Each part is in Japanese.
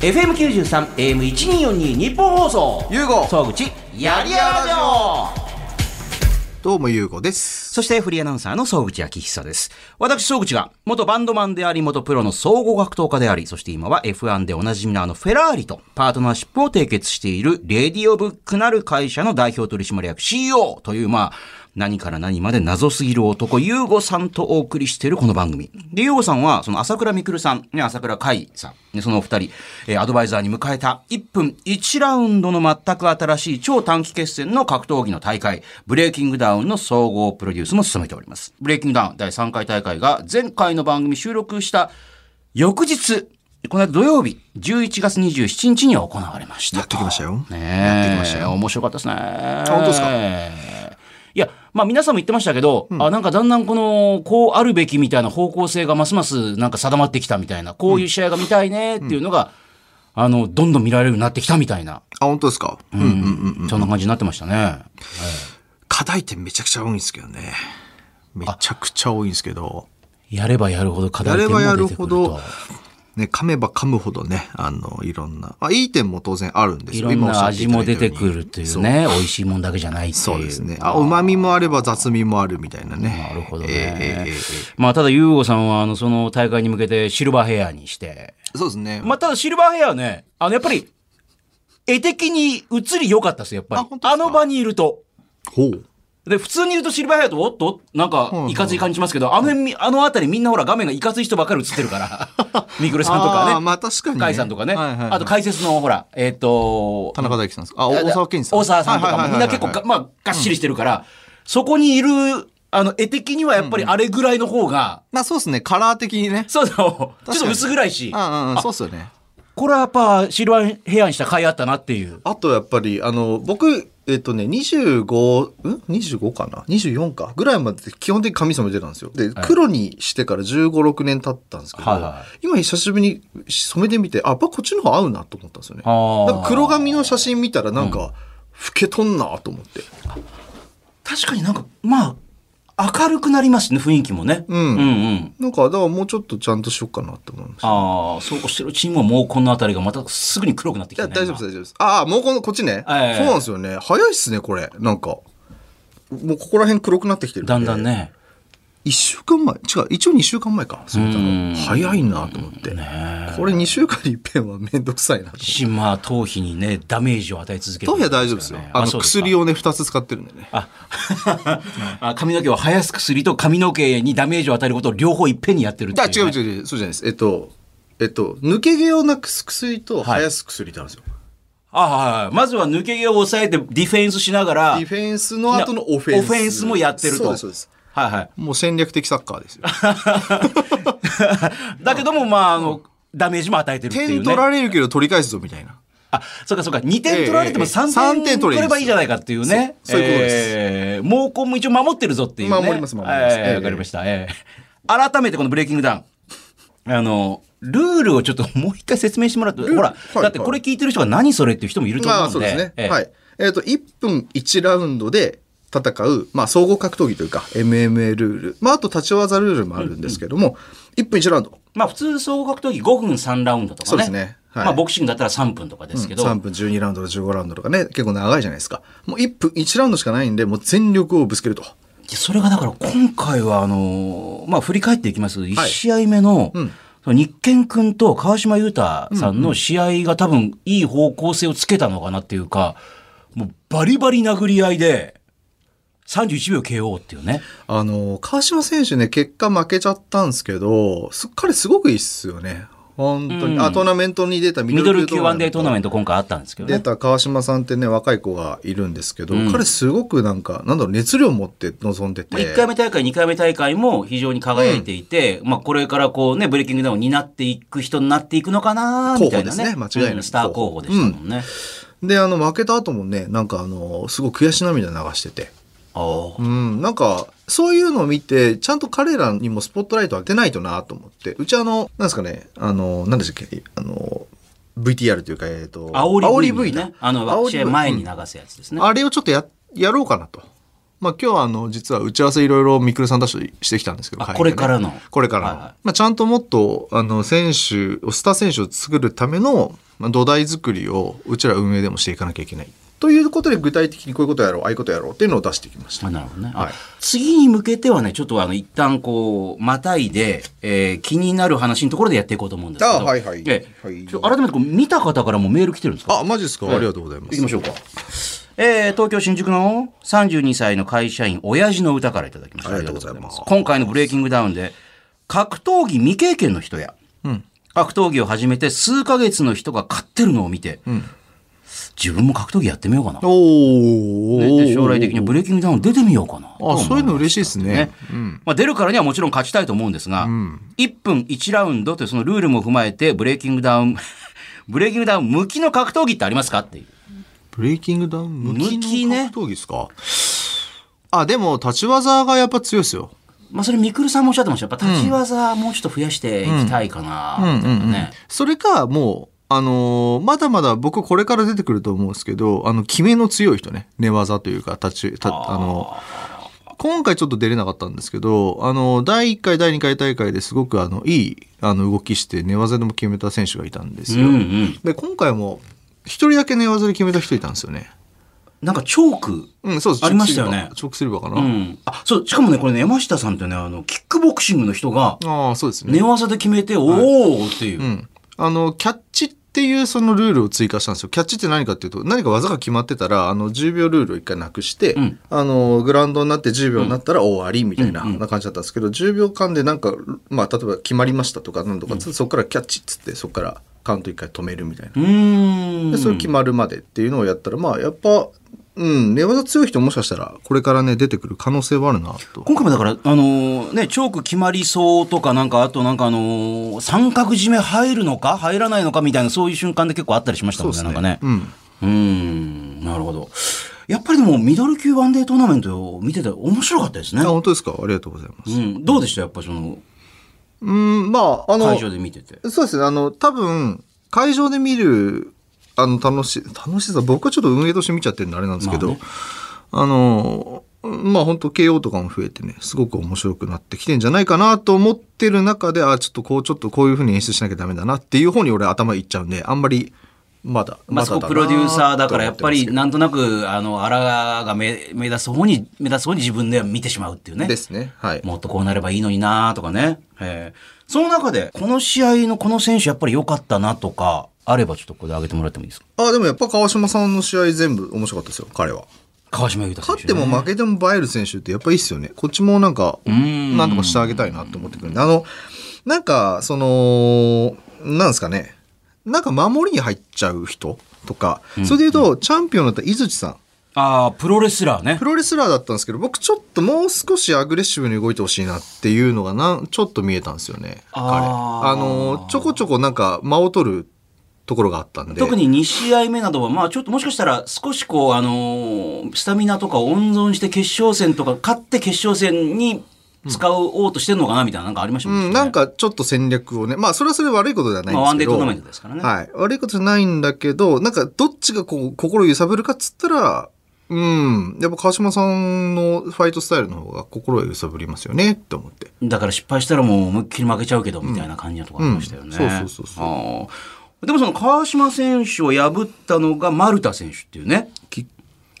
FM93 AM1242 日本放送ゆうご総口やりやらじょどうもゆうごです。そしてフリーアナウンサーの総口昭久です私総口が元バンドマンであり元プロの総合格闘家でありそして今は F1 でおなじみのあのフェラーリとパートナーシップを締結しているレディオブックなる会社の代表取締役 CEO というまあ何から何まで謎すぎる男、ゆうごさんとお送りしているこの番組。で、ゆうごさんは、その朝倉みくるさん、ね、朝倉海さん、ね、そのお二人、えーアドバイザーに迎えた1分1ラウンドの全く新しい超短期決戦の格闘技の大会、ブレイキングダウンの総合プロデュースも務めております。ブレイキングダウン第3回大会が前回の番組収録した翌日、この間土曜日、11月27日に行われました。やってきましたよ。ねえ、面白かったですね。本当ですかいや、まあ皆さんも言ってましたけど、あ、なんかだんだんこの、こうあるべきみたいな方向性がますますなんか定まってきたみたいな、こういう試合が見たいねっていうのが、あの、どんどん見られるようになってきたみたいな、あ、本当ですか。うんうんそんな感じになってましたね。課題点めちゃくちゃ多いんですけどね。めちゃくちゃ多いんですけど。やればやるほど課や題れ点ばもや出るてくほるとど。、ね、噛めば噛むほどね、あの、いろんな、あ、いい点も当然あるんですいよ。ろん今おっしなゃって味いただもい出たようにてくるっていうね、美味しいもんだけじゃないっていう。そうですね。あ、旨味もあれば雑味もあるみたいなね。ななるほどえね。えええええまあただ、ユーゴさんは、あの、その大会に向けてシルバーヘアにして、そうですね。まあ、ただシルバーヘアはね、あの、やっぱり、絵的に映り良かったですよ、やっぱり。あ本当あの場にいると。ほう。で、普通にいるとシルバーヘアだと、おっとなんかいは、いいかつい感じしますけど、あの辺み、あの辺りみんなほら画面がいかつい人ばっかり映ってる から。ミクルさんとかあーね。まあ確かにねカイさんとかね。はいはいはいあと解説のほら、えっ、と田中大輝さんですかあ、大沢健二さん。大沢さんとかもみんな結構はいはいはいが、まあ、がっしりしてるから、そこにいる、あの、絵的にはやっぱりあれぐらいの方が、まあそうですね。カラー的にね。そうそう、ちょ確かにっと薄暗いしう、んうんうん、そうっすよね。これはやっぱシルバーヘアにした甲斐あったなっていう。あとやっぱり、あの、僕、えっとね、25、ん ?25 かな ?24 かぐらいまで基本的に髪染めてたんですよ。で、黒にしてから15、6年経ったんですけど、はいは今久しぶりに染めてみて、あ、やっぱこっちの方合うなと思ったんですよね。あーなんか黒髪の写真見たらなんか、老けとんなと思って。確かになんか、まあ、明るくなりますね、雰囲気もね。うんうんうん。なんか、だからもうちょっとちゃんとしようかなって思いました。ああ、そうこうしてるチームはもうこの辺りがまたすぐに黒くなってきいた、や、ね。大丈夫です、大丈夫です。ああ、もうこの、こっちね。はいはいそうなんですよね。早いっすね、これ。なんか。もうここら辺黒くなってきてるだんだん。ね。 1週間前違う一応2週間前かそうたうんの早いなと思って、これ2週間に一遍は面倒くさいなとし、まあ、頭皮にね、ダメージを与え続けて頭皮は大丈夫ですよ、あの薬を。をね2つ使ってるんでねあ、 あ髪の毛を生やす薬と髪の毛にダメージを与えることを両方いっぺんにやってるっていあう、ね。違う違う違うそうじゃないですえっとえっと抜け毛をなくす薬はとい生やす薬ってあるんですよ、あはいはい。まずは抜け毛を抑えてディフェンスしながら。ディフェンスの後のオフェンスオフェンスもやってると。そうですそうですはいはい。もう戦略的サッカ ーですよだけども、まあ、あの、ダメージも与えてるっていう点ね。取られるけど取り返すぞみたいなあ、そうかそうか。2点取られてもええええ三3点点取取れれるんですよばいいじゃないかっていうね。そうそういうことですええ猛攻も一応守ってるぞっていうね。守ります守りますええええわかりました。ええ改めてこのブレイキングダウン。あの、ルールをちょっともう一回説明してもらって、ルほら、はいだってこれ聞いてる人が何それっていう人もいると思うまのあで。そうですね。ええはい。えっ、と、1分1ラウンドで戦う、まあ総合格闘技というか、MMA ルール。まああと立ち技ルールもあるんですけども、1分1ラウンド。まあ普通総合格闘技5分3ラウンドとかね。そうですねはいまあボクシングだったら3分とかですけど。 3分12ラウンドと15ラウンドとかね、結構長いじゃないですか。もう1分1ラウンドしかないんで、もう全力をぶつけると。でそれがだから今回はあのーまあ振り返っていきます。1試合目の、うんその日健君と川島優太さんの試合が多分いい方向性をつけたのかなっていうか、もうバリバリ殴り合いで、31秒 KO っていうね。あの、川島選手ね、結果負けちゃったんですけど、す彼すごくいいっすよね。本当に。うんあ、トーナメントに出たミミドル級級トーナワメンデントートーナメント今回あったんですけど出ね。た川島さんってね、若い子がいるんですけど、うん彼すごくなんか、なんだろう、熱量持って臨んでて。まあ、1回目大会、2回目大会も非常に輝いていて、まあこれからこうね、ブレイキングダウンを担っていく人になっていくのかなみたいなね。候補ですね間違いなくうんスター候補でしたもんね。で、あの、負けた後もね、なんかあの、すごい悔し涙流してて。ああうん、なんか、そういうのを見て、ちゃんと彼らにもスポットライト当てないとなと思って。うちあの、なんですかね、あの、なんでしたっけ、あの、VTR というか、えっ、と、煽り V 煽ねだ。あ煽の、り試 V 合前に流すやつですね。あれをちょっとや、やろうかなと。まあ今日はあの、実は打ち合わせいろいろみくるさんとしてきたんですけど、あ会議でねこれからのこれからの。はいはいまあちゃんともっと、あの、選手、スター選手を作るための、まあ、土台作りをうちら運営でもしていかなきゃいけない。ということで具体的にこういうことやろうああいうことやろうっていうのを出してきました。あなるほどね、あはい次に向けてはね、ちょっとあの、一旦こう、またいで、えー気になる話のところでやっていこうと思うんですけど。あはいはいええはいちょ改めてこう、見た方からもメール来てるんですかあ、マジですか、ありがとうございま行す。きましょうか。えー東京新宿の32歳の会社員、親父の歌からいただきました。ありがとうございます今回のブレイキングダウンで、格闘技未経験の人や、格闘技を始めて数ヶ月の人が勝ってるのを見て、自分も格闘技やってみようかな。おでー将来的にブレイキングダウン出てみようかな。あ、そういうの嬉しいですねね。まあ、出るからにはもちろん勝ちたいと思うんですが、1分1ラウンドというそのルールも踏まえて、ブレイキングダウン、ブレイキングダウン向きの格闘技ってありますかっていう。ブレイキングダウン向向ききねの格闘技ですか、あ、でも立ち技がやっぱ強いですよ。まあ、それ、みくるさんもおっしゃってました。やっぱ立ち技もうちょっと増やしていきたいかな、みたいなね。それか、もう、あのーまだまだ僕これから出てくると思うんですけど、あの、決めの強い人ね。寝技というか、立ち、たあの今回ちょっと出れなかったんですけど、あの、第1回、第2回大会ですごく、あの、いい、あの、動きして、寝技でも決めた選手がいたんですうんよ。うん。で、今回も、一人だけ寝技で決めた人いたんですよね。なんか、チョーク。うん、そうです。ありましたよねチョークスリーバーかな。うん。あ、そう、しかもね、これね、山下さんってね、あの、キックボクシングの人が、ああ、そうですね。寝技で決めて、おーっていう。うん。あの、キャッチっていうそのルールを追加したんですよ。キャッチって何かっていうと、何か技が決まってたら、あの、10秒ルールを一回なくして、んあの、グラウンドになって10秒になったら終わりみたいな,、な感じだったんですけど、10秒間でなんか、まあ、例えば決まりましたとか、なんとか、そこからキャッチっつって、そこからカウント一回止めるみたいな。うーん。で、それ決まるまでっていうのをやったら、まあ、やっぱ、うん、寝技強い人もしかしたら、これからね、出てくる可能性はあるなと。今回もだから、あのーね、チョーク決まりそうとか、なんか、あとなんかあのー三角締め入るのか入らないのかみたいな、そういう瞬間で結構あったりしましたもんね、なんかね。うん。うーん、なるほど。やっぱりでも、ミドル級ワンデートーナメントを見てて面白かったですねあ、。本当ですかありがとうございます。うん、どうでしたやっぱその、うん、まあ、あの、会場で見てて。そうですね。あの、多分、会場で見る、あの、楽しい、楽しさ、僕はちょっと運営として見ちゃってるんであれなんですけど、あまの、まあ本当 KO とかも増えてね、すごく面白くなってきてんじゃないかなと思ってる中で、あ、ちょっとこう、ちょっとこういうふうに演出しなきゃダメだなっていう方に俺頭いっちゃうんで、あんまり、まだ、まあ、だそこなプロデューサーだから、やっぱり、と思てますなんとなく、あの、あらが目目立つ方に、目立つ方に自分では見てしまうっていうけねど。ですね。はい。もっとこうなればいいのになーとかね。えーその中で、この試合のこの選手やっぱり良かったなとか、あればちょっとここで挙げてもらってもいいですかあ、でもやっぱ川島さんの試合全部面白かったですよ、彼は。川島優太選勝っ手、ても負けてもバえる選手ってやっぱいいっすよね。こっちもなんか、んなんとかしてあげたいなって思ってくるんで。あの、なんか、その、なんですかね。なんか守りに入っちゃう人とか、それで言うと、チャンピオンだった井槌さん。ああ、プロレスラーねプ。ロレスラーだったんですけど、僕ちょっともう少しアグレッシブに動いてほしいなっていうのがなん、ちょっと見えたんですよね。彼。あーあの、ちょこちょこなんか間を取るところがあったんで。特に2試合目などは、まあちょっともしかしたら少しこう、あのースタミナとかを温存して決勝戦とか、勝って決勝戦に使おうとしてるのかなみたいな、なんかありましたもんね。うん、なんかちょっと戦略をね、まあそれはそれで悪いことではないんですけまど、あワンデートーナメントですからねはい。悪いことじゃないんだけど、なんかどっちがこう心揺さぶるかっつったら、うん、やっぱ川島さんのファイトスタイルの方が心を揺さぶりますよねって思って。だから失敗したらもう思いっきり負けちゃうけど、みたいな感じのとこありましたよね。うんそうそうそうそうあーでもその川島選手を破ったのが丸田選手っていうね。キッ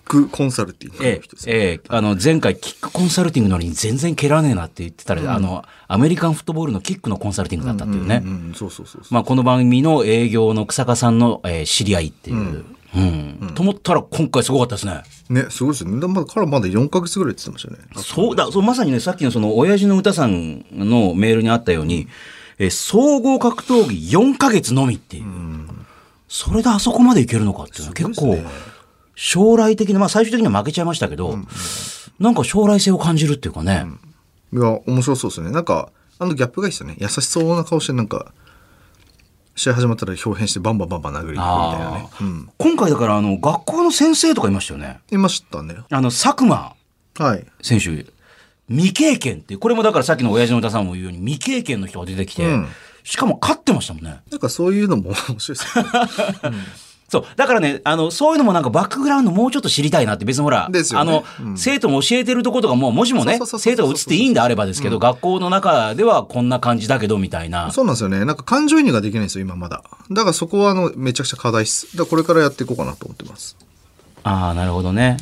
クコンサルティングえの人ですえ、ね。ええ、あの、前回キックコンサルティングなのに全然蹴らねえなって言ってたら、あの、アメリカンフットボールのキックのコンサルティングだったっていうね。うん、そうそうそうそう。まあ、この番組の営業の草加さんの、えー知り合いっていう。うん。と思ったら今回すごかったですね。ね、すごいですね。だまだ彼まだ4ヶ月ぐらいって言ってましたよね。そうだ、そう、まさにね、さっきのその、親父の歌さんのメールにあったように、えー総合格闘技4ヶ月のみっていう。それであそこまでいけるのかっていうのは結構、将来的な、まあ最終的には負けちゃいましたけど、なんか将来性を感じるっていうかね。いや、面白そうですね。なんか、あのギャップがいいですよね。優しそうな顔して、なんか、試合始まったら表変してバンバンバンバン殴りに行くみたいなねあ。ー今回だから、あの、学校の先生とかいましたよね。いましたね。あの、佐久間はい。選手、未経験って、これもだからさっきの親父の歌さんも言うように、未経験の人が出てきて、うんしかも勝ってましたもんね。 なんかそういうのも面白いですね。そう。だからね、あの、そういうのもなんかバックグラウンドもうちょっと知りたいなって、別にほら、ですあよねの、生徒も教えてるとことかも、もしもねそう、そうそうそう生徒が映っていいんであればですけど、学校の中ではこんな感じだけど、みたいな。そうなんですよね。なんか感情移入ができないんですよ、今まだ。だからそこは、あの、めちゃくちゃ課題っす。だからこれからやっていこうかなと思ってます。ああ、なるほどね。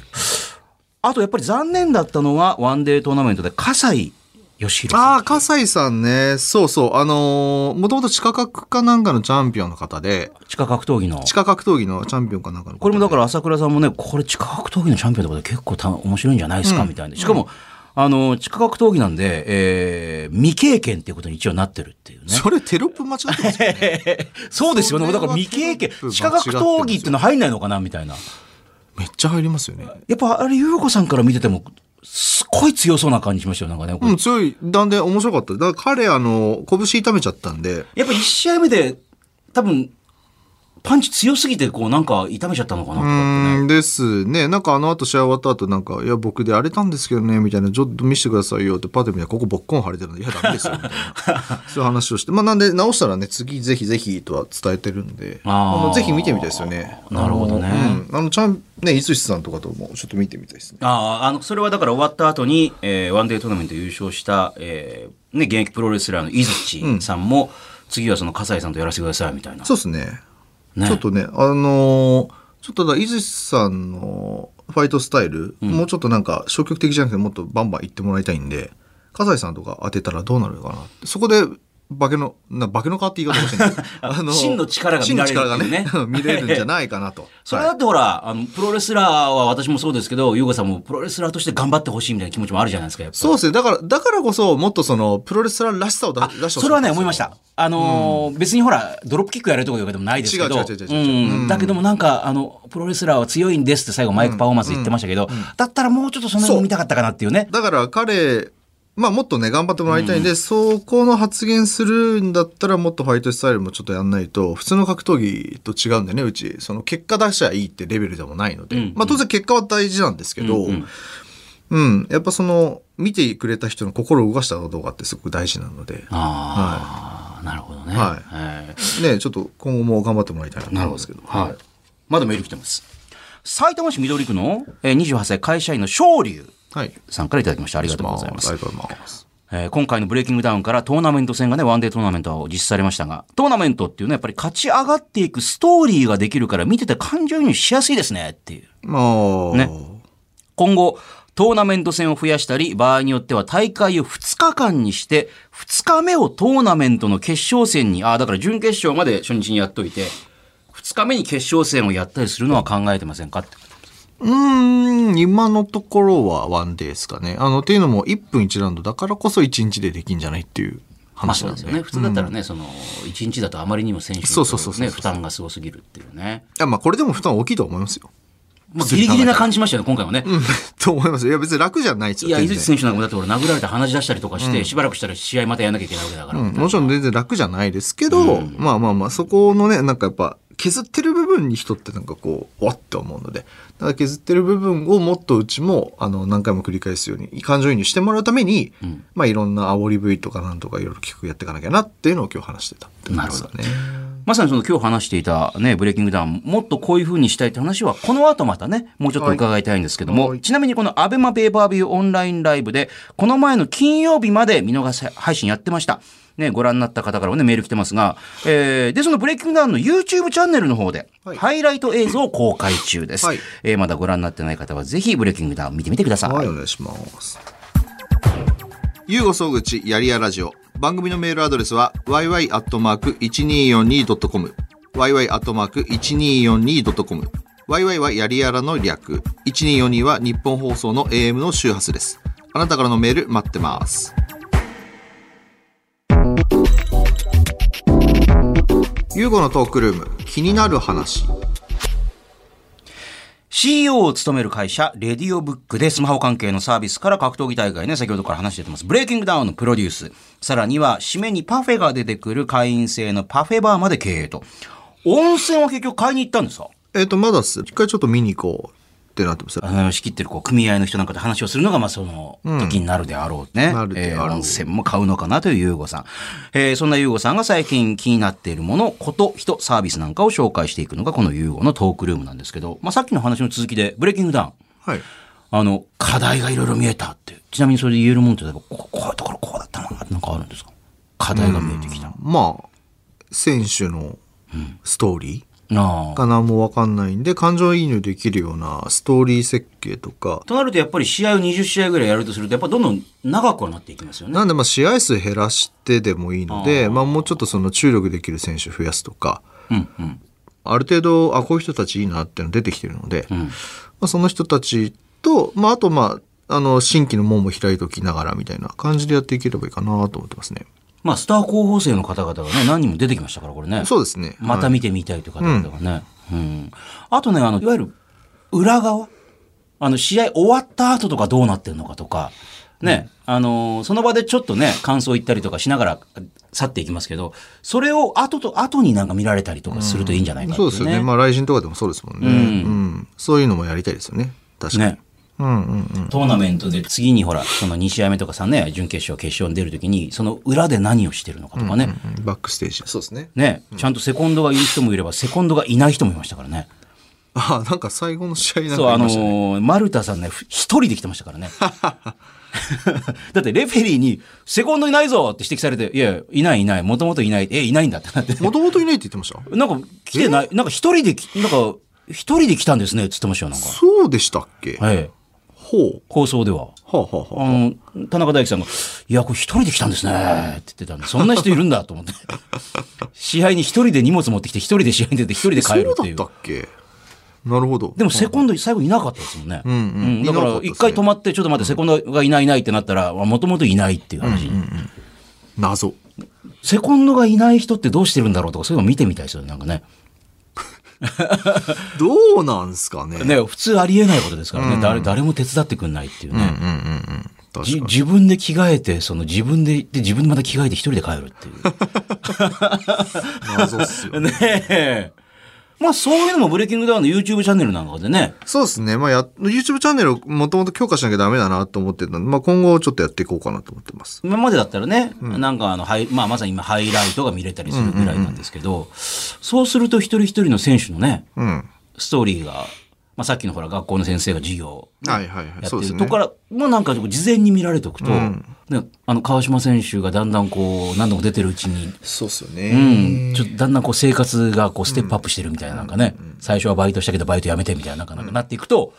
あと、やっぱり残念だったのは、ワンデートーナメントで、笠井義弘さん。ああ、笠井さんね。そうそう。あのー、もともと地下格かなんかのチャンピオンの方で、地下格闘技の地。下格闘技のチャンピオンかなんかの方、これもだからら、朝倉さんもね、これ地下格闘技のチャンピオンとかで結構た面白いんじゃないですか、みたいな。しかも、あの、地下格闘技なんで、えー、未経験っていうことに一応なってるっていうね。それテロップ間違ってますよね。そうですよね。それだはから未経験テロップ間違ってま、す地下よ格闘技っていうの入んないのかなみたいな。 めっちゃ入りますよね。やっぱあれ、ゆうこさんから見てても、すっごい強そうな感じしましたよ、なんかね。これうん、強い。なんで面白かった。だから彼、あの、拳痛めちゃったんで、やっぱ1試合目で、多分、パンチ強すぎて、こう、なんか痛めちゃったのかなとうか。ーんですね。なんかあの後試合終わった後なんか、いや、僕で荒れたんですけどね、みたいな、ちょっと見せてくださいよって、パッて見たら、ここぼっこん腫れてるんで、いや、ダメで すよ、みたいな。そういう話をして。まあ、なんで、直したらね、次、ぜひぜひとは伝えてるんで、あーあのぜひ見てみたいですよね。なるほどねあのうん。あの、ちゃん、ね、いつしさんとかとも、ちょっと見てみたいですね。ああ、あの、それはだから終わった後に、えーワンデートーナメント優勝した、えーね、現役プロレスラーの井槌さんも、次はその、笠井さんとやらせてください、みたいな。そうですね。ねちょっとね、あのーちょっとだ、伊豆さんのファイトスタイル、もうちょっとなんか消極的じゃなくてもっとバンバンいってもらいたいんで、葛西さんとか当てたらどうなるかなって。そこで、化けの、な化けの皮って言い方もしれな いけどあ真の力が見られる真の力がっていうねね、 うん見れるんじゃないかなと。 それだってほら、あの、プロレスラーは私もそうですけど、ゆうこさんもプロレスラーとして頑張ってほしいみたいな気持ちもあるじゃないですか、やっぱりそうですね。だから、だからこそ、もっとその、プロレスラーらしさを出出してほしいそれはね、思いました。。あのー別にほら、ドロップキックやるとかいうわけでもないですけど、違う違う違う違う違ううんだけどもなんか、あの、プロレスラーは強いんですって最後マイクパフォーマンス言ってましたけど、だったらもうちょっとその辺も見たかったかなっていうね。だから彼、まあもっとね、頑張ってもらいたいんで、そこの発言するんだったら、もっとファイトスタイルもちょっとやんないと、普通の格闘技と違うんでね、うち、その結果出しゃいいってレベルでもないので、まあ当然結果は大事なんですけど、うん、やっぱその、見てくれた人の心を動かしたかどうかってすごく大事なので、ああ、なるほどね。はいえーね、ちょっと今後も頑張ってもらいたいなとな思るほうんですけどど。。はい。まだメール来てます。埼玉市緑区のえー28歳会社員の昇龍はい。さんからいただきました。ありがとうございあまりすが。とうございます。えー今回のブレイキングダウンからトーナメント戦がね、ワンデートーナメントは実施されましたが、トーナメントっていうのはやっぱり勝ち上がっていくストーリーができるから見てて感情移入しやすいですねっていう。まあ、ね今後、トーナメント戦を増やしたり、場合によっては大会を2日間にして、2日目をトーナメントの決勝戦に、ああ、だから準決勝まで初日にやっといて、2日目に決勝戦をやったりするのは考えてませんかって。うーん、今のところはワンデーですかね。あの、っていうのも1分1ラウンドだからこそ1日でできんじゃないっていうまあ話そうなんでですすよね。ね。普通だったらね、その、1日だとあまりにも選手にそうそうそうそうね、負担がすごすぎるっていうね。いや、まあこれでも負担大きいと思いますよ。 まあ、ギリギリな感じしましたよね、今回はね。と思います。いや、別に楽じゃないですよ。いや、井全口然選手なんかもだって俺殴られて鼻血出したりとかして、しばらくしたら試合またやんなきゃいけないわけだから。うん、もちろん全然楽じゃないですけど、まあまあまあ、そこのね、なんかやっぱ、削ってる部分に人ってなんかこう、わって思うので、だから削ってる部分をもっとうちも、あの、何回も繰り返すように、感情移入してもらうために、まあいろんな煽り V とかなんとかいろいろ企画やっていかなきゃなっていうのを今日話してたってことですよね。まさにその今日話していたね、ブレイキングダウン、もっとこういう風にしたいって話は、この後またね、もうちょっと伺いたいんですけども、はいちなみにこのアベマペーパービューオンラインライブで、この前の金曜日まで見逃し配信やってました。ね、ご覧になった方からもね、メール来てますが、えー、で、そのブレイキングダウンの YouTube チャンネルの方で、はいハイライト映像を公開中です。はいえーまだご覧になってない方は、ぜひブレイキングダウン見てみてください。はい、お願いします。ゆうご総口やりやラジオ。番組のメールアドレスは yy.1242.com。yy.1242.com。yy はやりやらの略。1242は日本放送の AM の周波数です。あなたからのメール待ってます。ゆうごのトークルーム、気になる話。 CEO を務める会社、レディオブックでスマホ関係のサービスから格闘技大会ね、先ほどから話してます。ブレイキングダウンのプロデュース。さらには、締めにパフェが出てくる会員制のパフェバーまで経営と。温泉は結局買いに行ったんですかえっ、と、まだっす。一回ちょっと見に行こう。ってなってますよ。あの、仕切ってるこう組合の人なんかと話をするのが、まあ、その時になるであろうね。なるであろうえー温泉も買うのかなというユーゴさん。えーそんなユーゴさんが最近気になっているもの、こと、人、サービスなんかを紹介していくのが、このユーゴのトークルームなんですけど、まあ、さっきの話の続きで、ブレイキングダウン。はい。あの、課題がいろいろ見えたって。ちなみにそれで言えるもんって、例えば、ここういうところこうだったなってなんかあるんですか課題が見えてきた。まあ、選手のストーリー。ああ。かなもわかんないんで感情移入できるようなストーリー設計とかとなると、やっぱり試合を20試合ぐらいやるとすると、やっぱどんどん長くはなっていきますよね。なんでまあ試合数減らしてでもいいのでまあ、もうちょっとその注力できる選手増やすとかうんうん。ある程度あこういう人たちいいなっていうの出てきてるので、んまあ、その人たちと、まあ、あとまああの新規の門も開いておきながらみたいな感じでやっていければいいかなと思ってますね。まあ、スター候補生の方々がね、何人も出てきましたから、これね。そうですね、またはい見てみたいという方々がね。うん。あとね、あの、いわゆる、裏側。あの、試合終わった後とかどうなってるのかとか、ね、あのーその場でちょっとね、感想言ったりとかしながら去っていきますけど、それを後と後になんか見られたりとかするといいんじゃないかっていね。そうですよね。まあ、来人とかでもそうですもんね、うんそういうのもやりたいですよね。確かに。ね。うんうんうん。トーナメントで次にほら、その2試合目とかさね、準決勝、決勝に出るときに、その裏で何をしてるのかとかね。うんバックステージ。そうですね。ね、ちゃんとセコンドがいる人もいれば、セコンドがいない人もいましたからね。あなんか最後の試合なんそう、かあいのましたね。ー、丸田さんね、ふ一人で来てました からね。だってレフェリーに、セコンドいないぞって指摘されて、いや、いないいない、もともといない、え、いないんだってなって。もともとい ないって言ってましたなんか来てない、なんか一人でき、なんか、一人で来たんですねって言ってましたよ、なんか。そうでしたっけええ、ほう。放送では。はあ、はあはあの、田中大樹さんが、いや、これ一人で来たんですねって言ってたんで、そんな人いるんだと 思って。試合に一人で荷物持ってきて、一人で試合に出て、一人であ、帰るってそういだっう。たっけなるほど。でもセコンド最後いなかったですもんね。うんうんだかいなからったですね一回止まって、ちょっと待って、セコンドがいないいないってなったら、もともといないっていう話、謎。セコンドがいない人ってどうしてるんだろうとか、そういうの見てみたいですよね、なんかね。どうなんすかね。ね、普通ありえないことですからね。誰誰も手伝ってくんないっていうね。うんうんうん。確じかに。自分で着替えて、その自分で、で自分でまた着替えて一人で帰るっていう。謎っすよ ね。ねえ。まあそういうのもブレイキングダウンの YouTube チャンネルなんかでね。そうですね。まあや、YouTube チャンネルをもともと強化しなきゃダメだなと思ってたんで、まあ今後ちょっとやっていこうかなと思ってます。今までだったらね、なんかあの、はい、まあまさに今ハイライトが見れたりするぐらいなんですけど、そうすると一人一人の選手のね、うん。ストーリーが、まあさっきのほら学校の先生が授業はいはいはい。やっそてうでするねと。こから、もうなんか事前に見られておくと、ね、あの川島選手がだんだんこう何度も出てるうちに、そうっすようんね。ちょっとだんだんこう生活がこうステップアップしてるみたいななんかね、最初はバイトしたけどバイトやめてみたいななんかなんかなっていくと、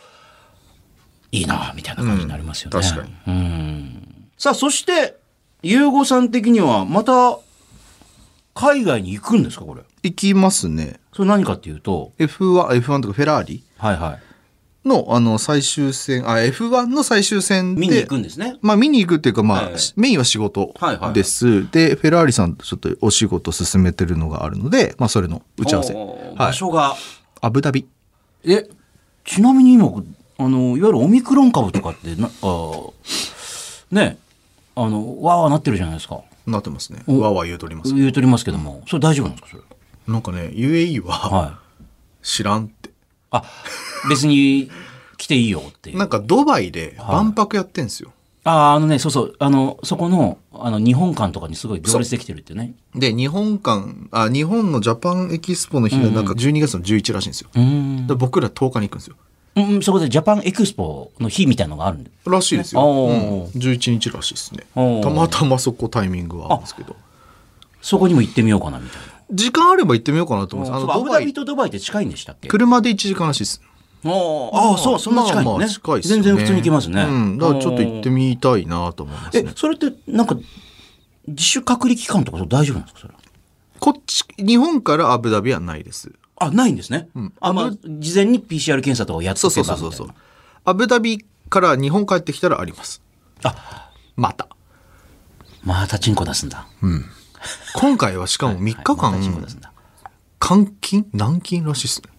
いいなあみたいな感じになりますよね。うん確かにうんさあ、そして、ゆうごさん的にはまた海外に行くんですか、これ。行きますね。それ何かっていうと、 F1、F1 とかフェラーリはいはい。の、あの、最終戦、あ、F1 の最終戦で。見に行くんですね。まあ見に行くっていうかまあ、はいメインは仕事はいはいです、でフェラーリさんとちょっとお仕事進めてるのがあるのでまあそれの打ち合わせおーはい場所が。アブダビえ、ちなみに今、あの、いわゆるオミクロン株とかってな、あーね、あの、わーわーなってるじゃないですか。なってますねわわ言うとります言うとりますけども、それ大丈夫なんですか、それ。なんかね UAE ははい。知らんってあ、別に来ていいよって いう。なんかドバイで万博やってんすよ、ああ、あのね、そうそう、あの、そこの、あの、日本館とかにすごい行列できてるってね。で日本館あ日本のジャパンエキスポの日がなんか12月の11らしいんですよ、うーん。で僕ら10日に行くんですようん、そこでジャパンエクスポの日みたいのがあるんで。らしいですよ、おーうん、11日らしいですねおーたまたまそこタイミングはあるんですけどそこにも行ってみようかな、みたいな。時間あれば行ってみようかなと思うんですそうあアのブドダバビイとドバイって近いんでしたっけ車で1時間らしいですああああ、そう、そんな近いのまあまね。あ近いっす全ね然普通に行けますね。うん。だからちょっと行ってみたいなと思いますえね。、それって、なんか、自主隔離期間とか大丈夫なんですか、それは。こっち、日本からアブダビはないです。あ、ないんですね。あ、まあ、事前に PCR 検査とかをやっそとうそけばうそみたいな。うそうそう。アブダビから日本帰ってきたらあります。あ、また。またチンコ出すんだ。今回はしかも3日はいまたチンコ出間、すんだ。監禁軟禁らしいですね。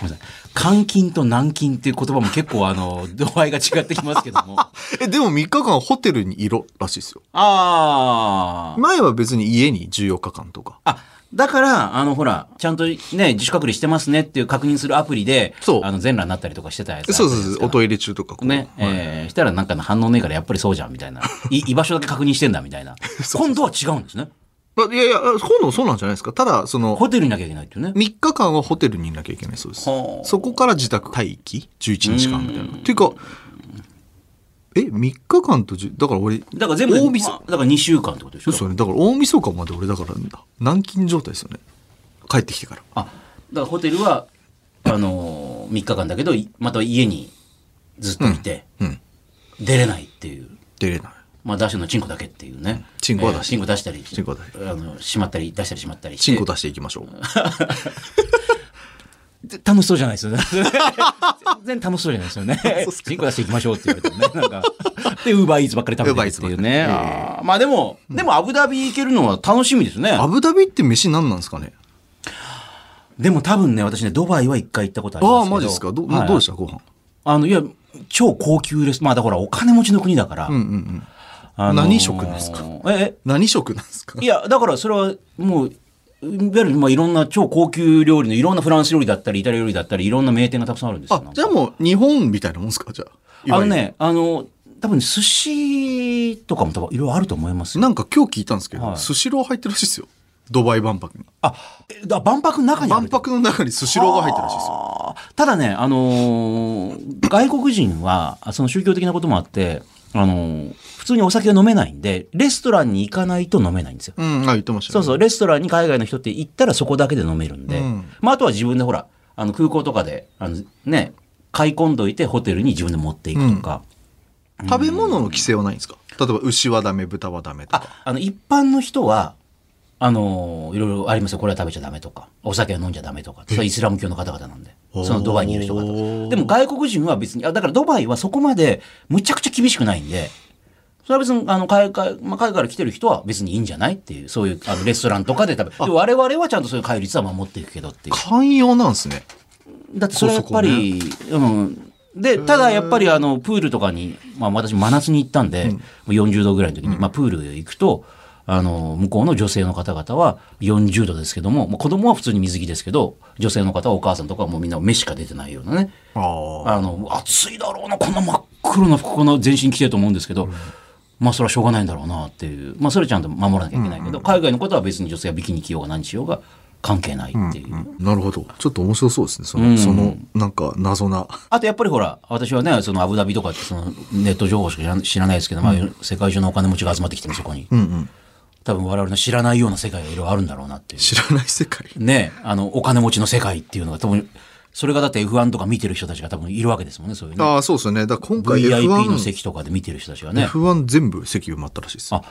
ごめんなさい。監禁と軟禁っていう言葉も結構あの、 度合いが違ってきますけども。あえ、でも3日間ホテルにいろらしいですよ。あー。前は別に家に14日間とか。あ、だから、あの、ほら、ちゃんとね、自主隔離してますねっていう確認するアプリで、そうあの、全裸になったりとかしてたやつあったじそゃうないそうですか。そう、おトイレ中とかこうね、えーしたらなんかの反応ねえからやっぱりそうじゃんみたいな。い 居場所だけ確認してんだみたいな。今度は違うんですね。あいやいや、今度もそうなんじゃないですか。ただ、その、ホテルにいなきゃいけないっていうね。 3日間はホテルにいなきゃいけないそうですは。あそこから自宅待機、11日間みたいな。っていうか、え、3日間とじゅ、だから俺、だから全部で、大晦まあだから2週間ってことでしょ。そうね。だから大晦日まで俺だから、軟禁状態ですよね。帰ってきてから。あ、だからホテルは、あのー、3日間だけど、いまた家にずっといて、うん。出れないっていう。出れない。まあ、出しのチンコだけっていうね。チンコは出しえーチンコ出したり、チンコは出しあの、しまったり、出したりしまったりして。チンコ出していきましょう。楽しそうじゃない ですよね。全然楽しそうじゃないですよね。チンコ出していきましょうって言われてもね。なんか。 で、ウーバーイーツばっかり食べてるっていうね。 Uber Eats ばっかりあーまあでも、でもアブダビ行けるのは楽しみですね。アブダビって飯何なんですかねでも多分ね、私ね、ドバイは一回行った ことありまああ、すけど。マジですかど,、はいどうでしたご飯。あの、いや、超高級レスまあだからお金持ちの国だから。うんうんうん。あのー何食なんですかえ、何食なんですかえいや、だからそれはもう、いわゆるまあいろんな超高級料理のいろんなフランス料理だったり、イタリア料理だったり、いろんな名店がたくさんあるんですよ。あ、じゃあもう日本みたいなもんですかじゃあ。あの。ね、あの、多分寿司とかも多分いろいろあると思いますよ。なんか今日聞いたんですけはど、いスシロー入ってるらしいですよ。ドバイ万博に。あ、えだ万博の中にある万博の中にスシローが入ってるらしいですよ。あーただね、あのー外国人は、あその宗教的なこともあって、あのー普通にお酒が飲めないんで、レストランに行かないと飲めないんですよ。うん、あ、言ってましたそうね。そう、レストランに海外の人って行ったらそこだけで飲めるんで、うんまあ、あとは自分でほら、あの空港とかで、あのね、買い込んどいてホテルに自分で持っていくとか、食べ物の規制はないんですか例えば牛はダメ、豚はダメとか。あ、あの、一般の人は、あのーいろいろありますよ。これは食べちゃダメとか、お酒は飲んじゃダメとか、それはイスラム教の方々なんで、そのドバイにいる人が。おーでも外国人は別に、あだからドバイはそこまでむちゃくちゃ厳しくないんで、それは別に、あの、海外、まあ、海外から来てる人は別にいいんじゃないっていう、そういう、あの、レストランとかで食べ、で我々はちゃんとそういう戒律は守っていくけどっていう。寛容なんですね。だってそれはやっぱり、うん。で、ただやっぱりあの、プールとかに、まあ私真夏に行ったんで、もう40度ぐらいの時に、まあプール行くと、あの、向こうの女性の方々は40度ですけども、まあ、子供は普通に水着ですけど、女性の方はお母さんとかはもうみんな目しか出てないようなね。ああ。あの、暑いだろうな、こんな真っ黒な服、この全身着てると思うんですけど、まあそれはしょうがないんだろうなっていう、まあそれちゃんと守らなきゃいけないけど、海外のことは別に女性はビキニ着ようが何しようが関係ないっていう。なるほど。ちょっと面白そうですね。その、そのなんか謎な。あとやっぱりほら、私はね、そのアブダビとかってそのネット情報しか知ら知らないですけど、まあ、世界中のお金持ちが集まってきてるそこに。うんうん。多分我々の知らないような世界がいろいろあるんだろうなっていう。知らない世界。ね、あの、お金持ちの世界っていうのが多分、それがだって F1 とか見てる人たちが多分いるわけですもんね、そういうね。ああ、そうですよね。だから今回 VIP の F1、席とかで見てる人たちがね。 F1 全部席埋まったらしいです。あ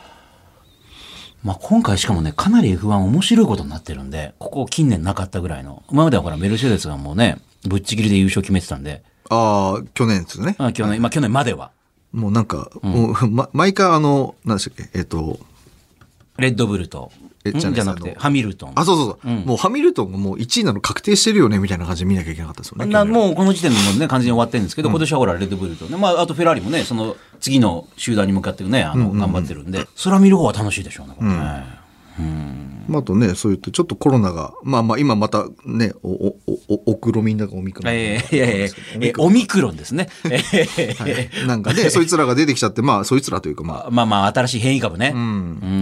まあ、今回しかもね、かなり F1 面白いことになってるんで、ここ近年なかったぐらいの。今まではほら、メルセデスがもうね、ぶっちぎりで優勝決めてたんで、ああ、去年ですよね。あ去年、まあ去年までは。もうなんか、もう、 ま、毎回あの、何でしたっけ、えっ、と、レッドブルと、えんじゃないですじゃなくあて、のハミルトン。あ、そうそうそう、もうハミルトンがもう1位なの確定してるよね、みたいな感じで見なきゃいけなかったですよね。なもうこの時点でもうね、完全に終わってるんですけど、今年はほら、レッドブルとね、まあ、あとフェラーリもね、その次の集団に向かってね、あの、頑張ってるんで、それは見る方は楽しいでしょうね、これね。まあ、あとね、そう言って、ちょっとコロナが、まあまあ、今またね、お、お、お、おおくろみんながオミクロン。えーいやいやいやえオミクロンですね。えー なんかね、そいつらが出てきちゃって、まあ、そいつらというか、まあ、まあまあ、新しい変異株ね。うん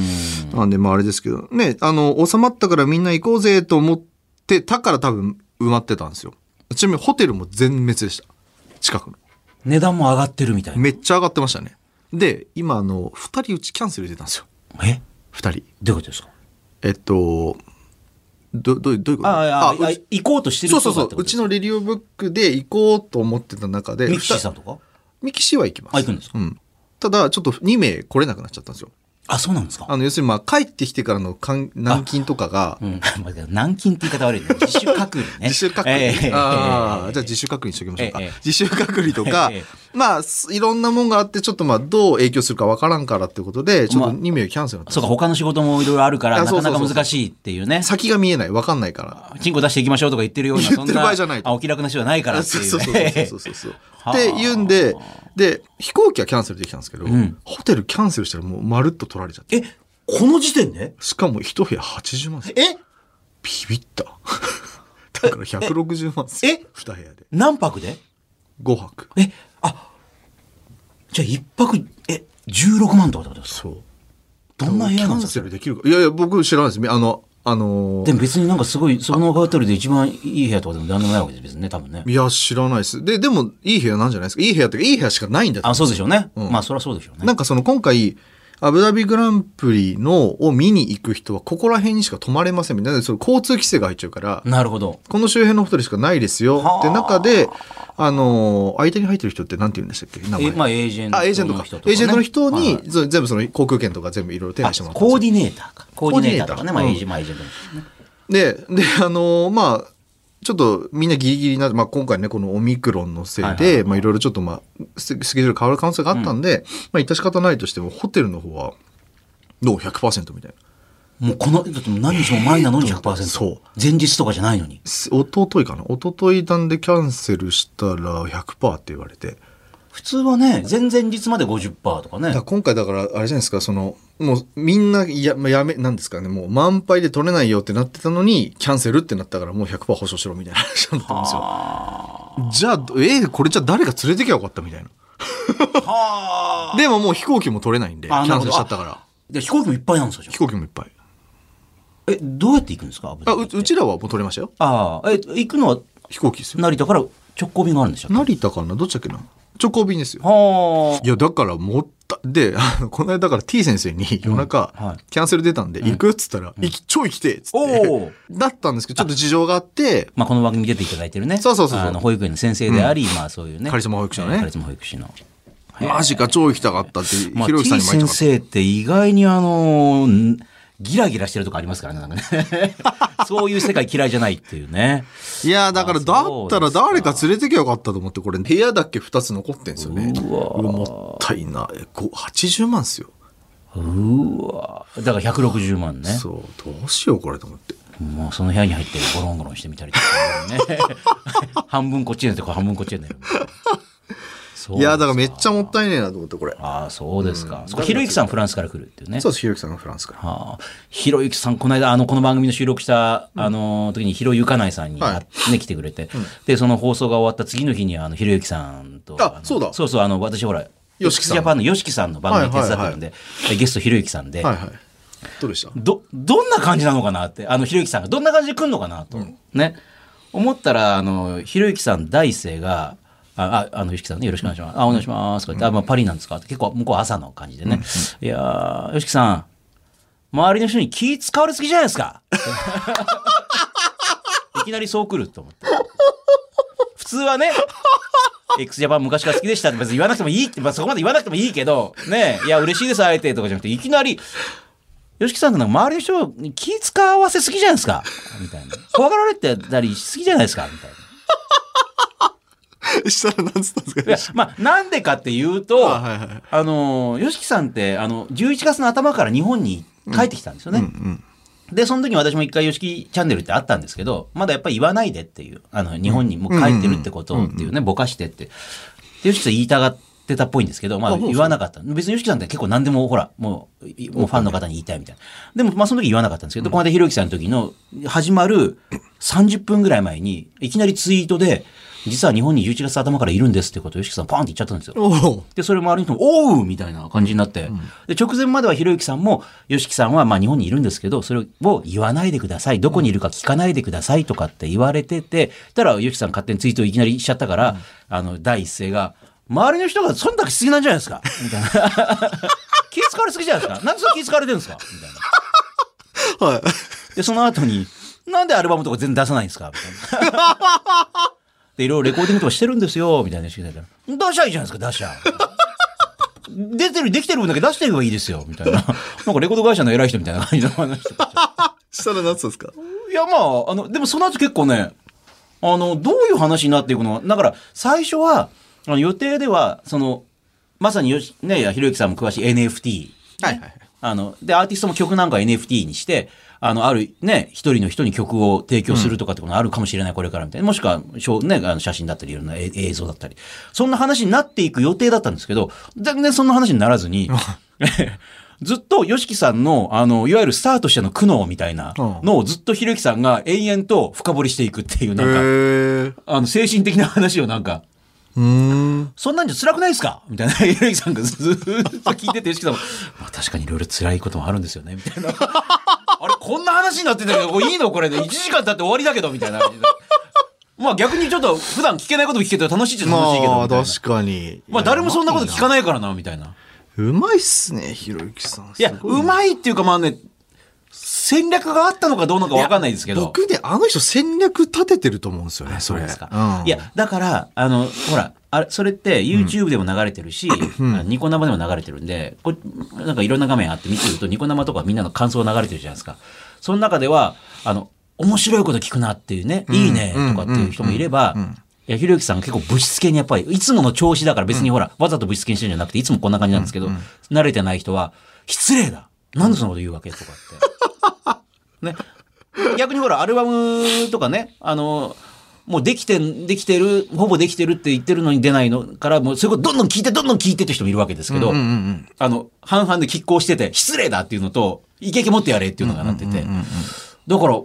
なんで、まああれですけど、ね、あの、収まったからみんな行こうぜと思ってたから多分埋まってたんですよ。ちなみにホテルも全滅でした。近くの。値段も上がってるみたいな。めっちゃ上がってましたね。で、今、あの、二人うちキャンセル出たんですよ。え二人。どういうことですかえっと、ど、どう、どういうことああ、あうちあ行こうとしてるそう人そがうそっうて。こうとちのレディオブックで行こうと思ってた中で。ミキシーさんんとかミキシーは行きます。あ行くんですかうん。ただ、ちょっと2名来れなくなっちゃったんですよ。あ、そうなんですかあの、要するに、まあ、帰ってきてからの換軟禁とかがう、ん。 まあ軟禁って言い方悪いね。自主隔離ね。自主隔離。えーああ、じゃあ自主隔離しときましょうか。ええ自主隔離とか、ええまあ、すいろんなもんがあって、ちょっとまあ、どう影響するかわからんからってことで、ちょっまと2名キャンセルになったんですそうか、よ他の仕事もいろいろあるから、あなそうそかうそなうか難しいっていうね。先が見えない、わかんないから。チンコ出していきましょうとか言ってるような、言ってるそん場合じゃないとあお気楽な人じゃないからってそういうそうそうね。そうそうそう。はあって言うんで、で、飛行機はキャンセルできたんですけど、んホテルキャンセルしたらもうまるっと取られちゃって。え、この時点でしかも一部屋80万ですよえビビった。 だから160万っすよえ二部屋で。何泊で5泊。え、あ、じゃあ一泊、え、16万とかってことですかそう。どんな部屋なんキャでンすセかルできるか。いやいや、僕知らないです。あの、あのーでも別になんかすごい、そのホテルで一番いい部屋とかでも何でもないわけです、別にね、多分ね。いや、知らないです。で、でも、いい部屋なんじゃないですか。いい部屋っていうか、いい部屋しかないんだってあ、そうでしょうね。まあそりゃそうでしょうね。なんかその、今回、アブダビグランプリの、を見に行く人は、ここら辺にしか泊まれませんみたいな。その交通規制が入っちゃうから、なるほど。この周辺のホテルしかないですよはあって中で、あのー、間に入ってる人って何て言うんでしたっけ名前え、まあエージェントあ、エージェントのか。人とか、エージェントの人はいに、そう全部その航空券とか全部いろいろ手配してもあらったんですコよーディネーターか。コーディネーターとかね、コまあーエディーネジェント、まあエージェントですね。で、で、あのーまあ、ちょっとみんなギリギリな、まあ、今回ね、このオミクロンのせいはいはいはで、まあ、いろいろちょっと、まあ、ススケジュール変わる可能性があったんで、まあ、致し方ないとしても、ホテルの方は、どう ?100% みたいな。もうこの、だってもう何日も前なのに100%。そう。前日とかじゃないのに。す一昨日かな一昨日なんでキャンセルしたら100%って言われて。普通はね、前々日まで50%とかねだから。今回だから、あれじゃないですか、その、もうみんなやまあやめ、なんですかね、もう満杯で取れないよってなってたのに、キャンセルってなったからもう100%保証しろみたいな話になったんですよ。じゃあ、えーこれじゃあ誰か連れてきゃよかったみたいな。はあ。 でももう飛行機も取れないんで、キあャなるンほどセルしちゃったから。で、飛行機もいっぱいなんですよ、じゃ飛行機もいっぱい。あえ、どうやって行くんですかあうう。ちらはもう取れましたよ。ああ、え、行くのは飛行機ですよ。成田から直行便があるんでしょ成田かなどっちだっけな直行便ですよ。はいや、だからもった、で、あのこの間だから T 先生に夜中、はいキャンセル出たんで、行くっつったら、行き、超行きてえっつおっーて。だったんですけど、ちょっと事情があって、まあ、この番組に出ていただいてるね。そうそうそうそうあの、保育園の先生であり、まあ、そういうね。カリスマ保育士のねえーカリスマ保育士の。マジか、超行きたかったって、まあ、ひろゆき T さんにも言先生ってって意外にあの、んギラギラしてるとこありますからね、なんか ね。そういう世界嫌いじゃないっていうね。いや、だから、だそっうたでらすか誰か連れてきゃよかったと思って、これ、部屋だけ2つ残ってんですよね。うわーうわもったいな。え、こ80万っすよ。うーわだから160万ね。そう、どうしよう、これと思って。もうその部屋に入ってゴロンゴロンしてみたりと かね。半分こっちやねんとか半分こっちやねん。そういや、だからめっちゃもったいねえなと思って、これ。ああ、そうですか。そこひろゆきさんフランスから来るっていうね。そうです、ひろゆきさんがフランスから。はあ、ひろゆきさん、この間、あの、この番組の収録した、あの、時に、ひろゆかないさんに、はいあね、来てくれて、で、その放送が終わった次の日に、あの、ひろゆきさんと、のあそうだそうそう、あの、私、ほら、よしきさんジャパンのよしきさんの番組手伝ってるんで、でゲストひろゆきさんで、はいはい。どうでしたど、どんな感じなのかなって、あの、ひろゆきさんが、どんな感じで来んのかなと、ね、思ったら、あの、ひろゆきさん第一声が、あ、ああの、ひろゆきさんね、よろしくお願いします。あ、お願いします。とか言って、あ、まあ、パリなんですかって結構、向こう朝の感じでね。いやー、よしきさん、周りの人に気使われすぎじゃないです か。いきなりそう来ると思って。普通はね、x ジャパン昔から好きでしたって別に言わなくてもいいって、まあ、そこまで言わなくてもいいけど、ねえ、いや、嬉しいです、会えてとかじゃなくて、いきなり、吉木さんなんか周りの人に気使わせすぎじゃないですかみたいな。怖がられてたりしすぎじゃないですかみたいな。 した ら何つったんですかいやまあ、なんでかっていうと、ああ,、はいはいの、吉木さんって、あの、11月の頭から日本に帰ってきたんですよね。で、その時に私も一回吉木チャンネルってあったんですけど、まだやっぱり言わないでっていう、あの、日本にもう帰ってるってことをっていうね、ぼかしてって。で、吉木さん言いたがってたっぽいんですけど、まああそうそう言わなかった。別に吉木さんって結構何でもほら、もう、いもうファンの方に言いたいみたいな。でも、まあその時言わなかったんですけど、この間ひろゆきさんの時の始まる30分ぐらい前に、いきなりツイートで、実は日本に11月頭からいるんですってことを吉木さんパーンって言っちゃったんですよ。おうで、それ周りの人も、おうみたいな感じになって、で、直前まではひろゆきさんも、よしきさんは、まあ日本にいるんですけど、それを言わないでください。どこにいるか聞かないでくださいとかって言われてて、たら、よしきさん勝手にツイートいきなりしちゃったから、あの、第一声が、周りの人が忖度しすぎなんじゃないですかみたいな。 気使われすぎじゃないですかなんでそれ気使われてるんですかみたいな。はい。で、その後に、なんでアルバムとか全然出さないんですかみたいな。で、いろいろレコーディングとかしてるんですよ、みたいな話聞いたら、出しゃいいじゃないですか、出しゃ。出てる、できてる分だけ出してればいいですよ、みたいな。なんかレコード会社の偉い人みたいな感じの話とか。したら何つったんですかいや、まあ、あの、でもその後結構ね、あの、どういう話になっていくのかだから、最初は、あの予定では、その、まさによし、ね、ひろゆきさんも詳しい NFT はいはい。あの、で、アーティストも曲なんか NFT にして、あの、あるね、一人の人に曲を提供するとかってことがあるかもしれない、これからみたいな。もしくは、しょうね、あの写真だったり、いろんなえ映像だったり。そんな話になっていく予定だったんですけど、全然そんな話にならずに、 ずっと YOSHIKI さんの、あの、いわゆるスターとしての苦悩みたいなのをずっとひろゆきさんが延々と深掘りしていくっていう、なんか、えあの、精神的な話をなんか、うん。そんなんじゃ辛くないですかみたいな、 ひろゆきさんがずっと聞いてて、吉木さんも、 まあ確かにいろいろ辛いこともあるんですよね、みたいな。 あれ、こんな話になってたけど、これいいのこれで、1時間経って終わりだけど、みたいな。まあ逆にちょっと、普段聞けないことも聞けて楽しいっちゃ楽しいけど、まみあ、たいな。確かに。まあ誰もそんなこと聞かないからな、みたいな。うまいっすね、ひろゆきさん。いや、すごうまいっていうかまあね、戦略があったのかどうなのかわかんないですけど。僕ね、あの人戦略立ててると思うんですよね、そそうれ。ですか。うんいや、だから、あの、ほら、あれ、それって YouTube でも流れてるし、あのニコ生でも流れてるんで、こうなんかいろんな画面あって見てると、ニコ生とかみんなの感想が流れてるじゃないですか。その中では、あの、面白いこと聞くなっていうね、いいねとかっていう人もいれば、いや、ひろゆきさん結構ぶしつけにやっぱり、いつもの調子だから別にほら、わざとぶしつけにしてるんじゃなくて、いつもこんな感じなんですけど、慣れてない人は、失礼だなんでそんなこと言うわけとかって。ね。逆にほら、アルバムとかね、あの、もうできてん、できてる、ほぼできてるって言ってるのに出ないのから、もうそれこそどんどん聞いて、どんどん聞いてって人もいるわけですけど、あの、半々で拮抗してて、失礼だっていうのと、イケイケ持ってやれっていうのがなってて、だから、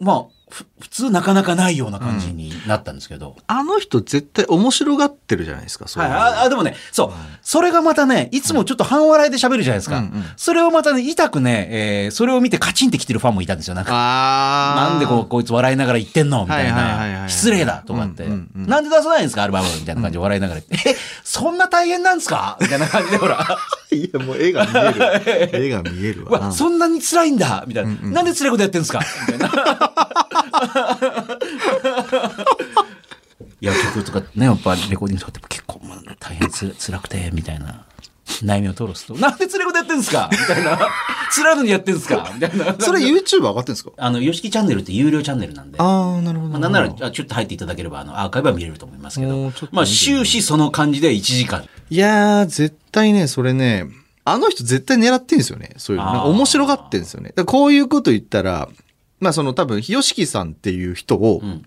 まあ、ふ普通なかなかないような感じになったんですけど、あの人絶対面白がってるじゃないですか、そうはいい、うああでもね、そう、それがまたね、いつもちょっと半笑いで喋るじゃないですか。うんうんそれをまたね、痛くね、えーそれを見てカチンってきてるファンもいたんですよ。なんかあーなんでこうこいつ笑いながら言ってんのみたいはいはいはいはな。い失礼だとかって、うんうんうんなんで出さないんですかアルバムみたいな感じで笑いながら言って。え、そんな大変なんですかみたいな感じでほ ら。 いや、もう絵が見え る。絵が見えるうわわ。そんなに辛いんだみたいな、なんで辛いことやってんですかみたいな。 いや、曲とかね、やっぱレコーディングとかって結構まあ大変つ辛くて、みたいな。悩みを吐露すると、なんで辛いことやってんですかみたいな。辛いのにやってんですかみたいな。それ YouTube 上がってんですかあの、ヨシキチャンネルって有料チャンネルなんで。ああ、なるほど。まあ、なんなら、あちょっと入っていただければ、あの、アーカイブは見れると思いますけおどーちょっと見てみよ、うまあ、終始その感じで1時間。いやー、絶対ね、それね、あの人絶対狙ってんですよね。そういうの。あーなんか面白がってんですよね。だからこういうこと言ったら、まあその多分、ひよしきさんっていう人を、ん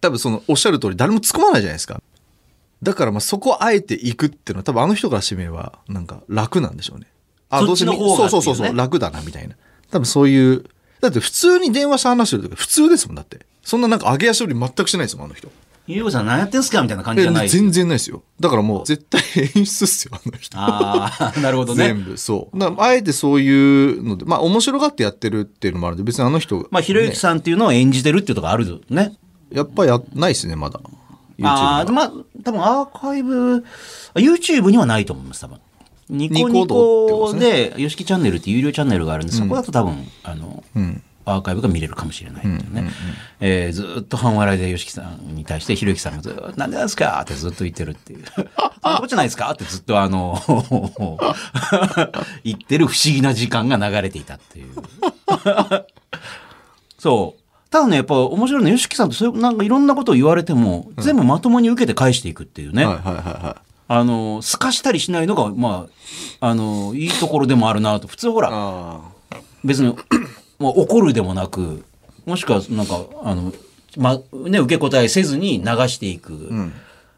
多分そのおっしゃる通り誰も突っ込まないじゃないですか。だからまあそこをあえて行くっていうのは多分あの人からしてみればなんか楽なんでしょうね。あ、そっちのどうせ方がみっていううそねそうそうそう、楽だなみたいな。多分そういう、だって普通に電話して話してるとき普通ですもんだって。そんななんか上げ足取り全くしないですもん、あの人。ゆうこさん何やってんすかみたいな感じじゃなえい。全然ないですよ。だからもう絶対演出っすよ、あの人。あ あ、なるほどね。全部そうなあえてそういうのでまあ面白がってやってるっていうのもあるんで別にあの人、まあ、ひろゆきさんっていうのを演じてるっていうところあるよね。やっぱやないですねまだ YouTube あはあ、まあ、多分アーカイブ、あ YouTube にはないと思います、多分。ニコニニコ動ってこコとで、よしきチャンネルって有料チャンネルがあるんで、そこだと多分、あの、んアーカイブが見れるかもしれないっていうね。えーずーっと半笑いでよしきさんに対して、ひろゆきさんがずーっと、なんでなんですかってずっと言ってるっていう。 あ、こっちないですかってずっとあの、 言ってる不思議な時間が流れていたっていう。そう。ただね、やっぱ面白いのは、よしきさんってそういう、なんかいろんなことを言われても、全部まともに受けて返していくっていうね。はいはいはいはいあの、すかしたりしないのが、まあ、あの、いいところでもあるなと。普通ほら、あ別に、まあ、怒るでもなく、もしくは、なんか、あの、まあ、ね、受け答えせずに流していく。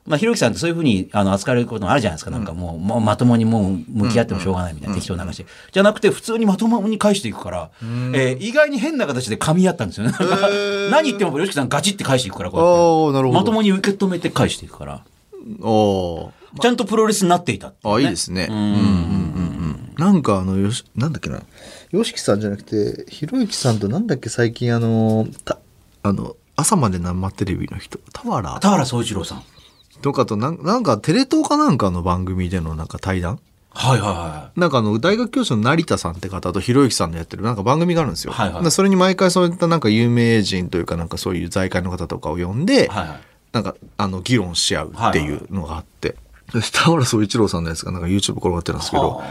まあ、ひろゆきさんってそういうふうにあの扱われることもあるじゃないですか。なんかもう、ままともにもう向き合ってもしょうがないみたいな、適当な話。じゃなくて、普通にまともに返していくから、えー意外に変な形で噛み合ったんですよね。なんか何言っても、よしきさんガチって返していくから、こうあやってーなるほどまともに受け止めて返していくから、おーちゃんとプロレスになっていたっていうあねいいですねうんうんうんうんなんかあのよしなんだっけなよしきさんじゃなくてひろゆきさんとなんだっけ最近あのたあの朝まで生テレビの人田原田原総一郎さん。とかとなんなんかテレ東かなんかの番組でのなんか対談はいはいはなんかあの大学教授の成田さんって方とひろゆきさんのやってるなんか番組があるんですよ。はいはいでそれに毎回そういったなんか有名人というかなんかそういう財界の方とかを呼んで、い。はいはい。なんかあの議論し合うっていうのがあって、で田原総一郎さんのやつがなんか YouTube 転がってるんですけど、は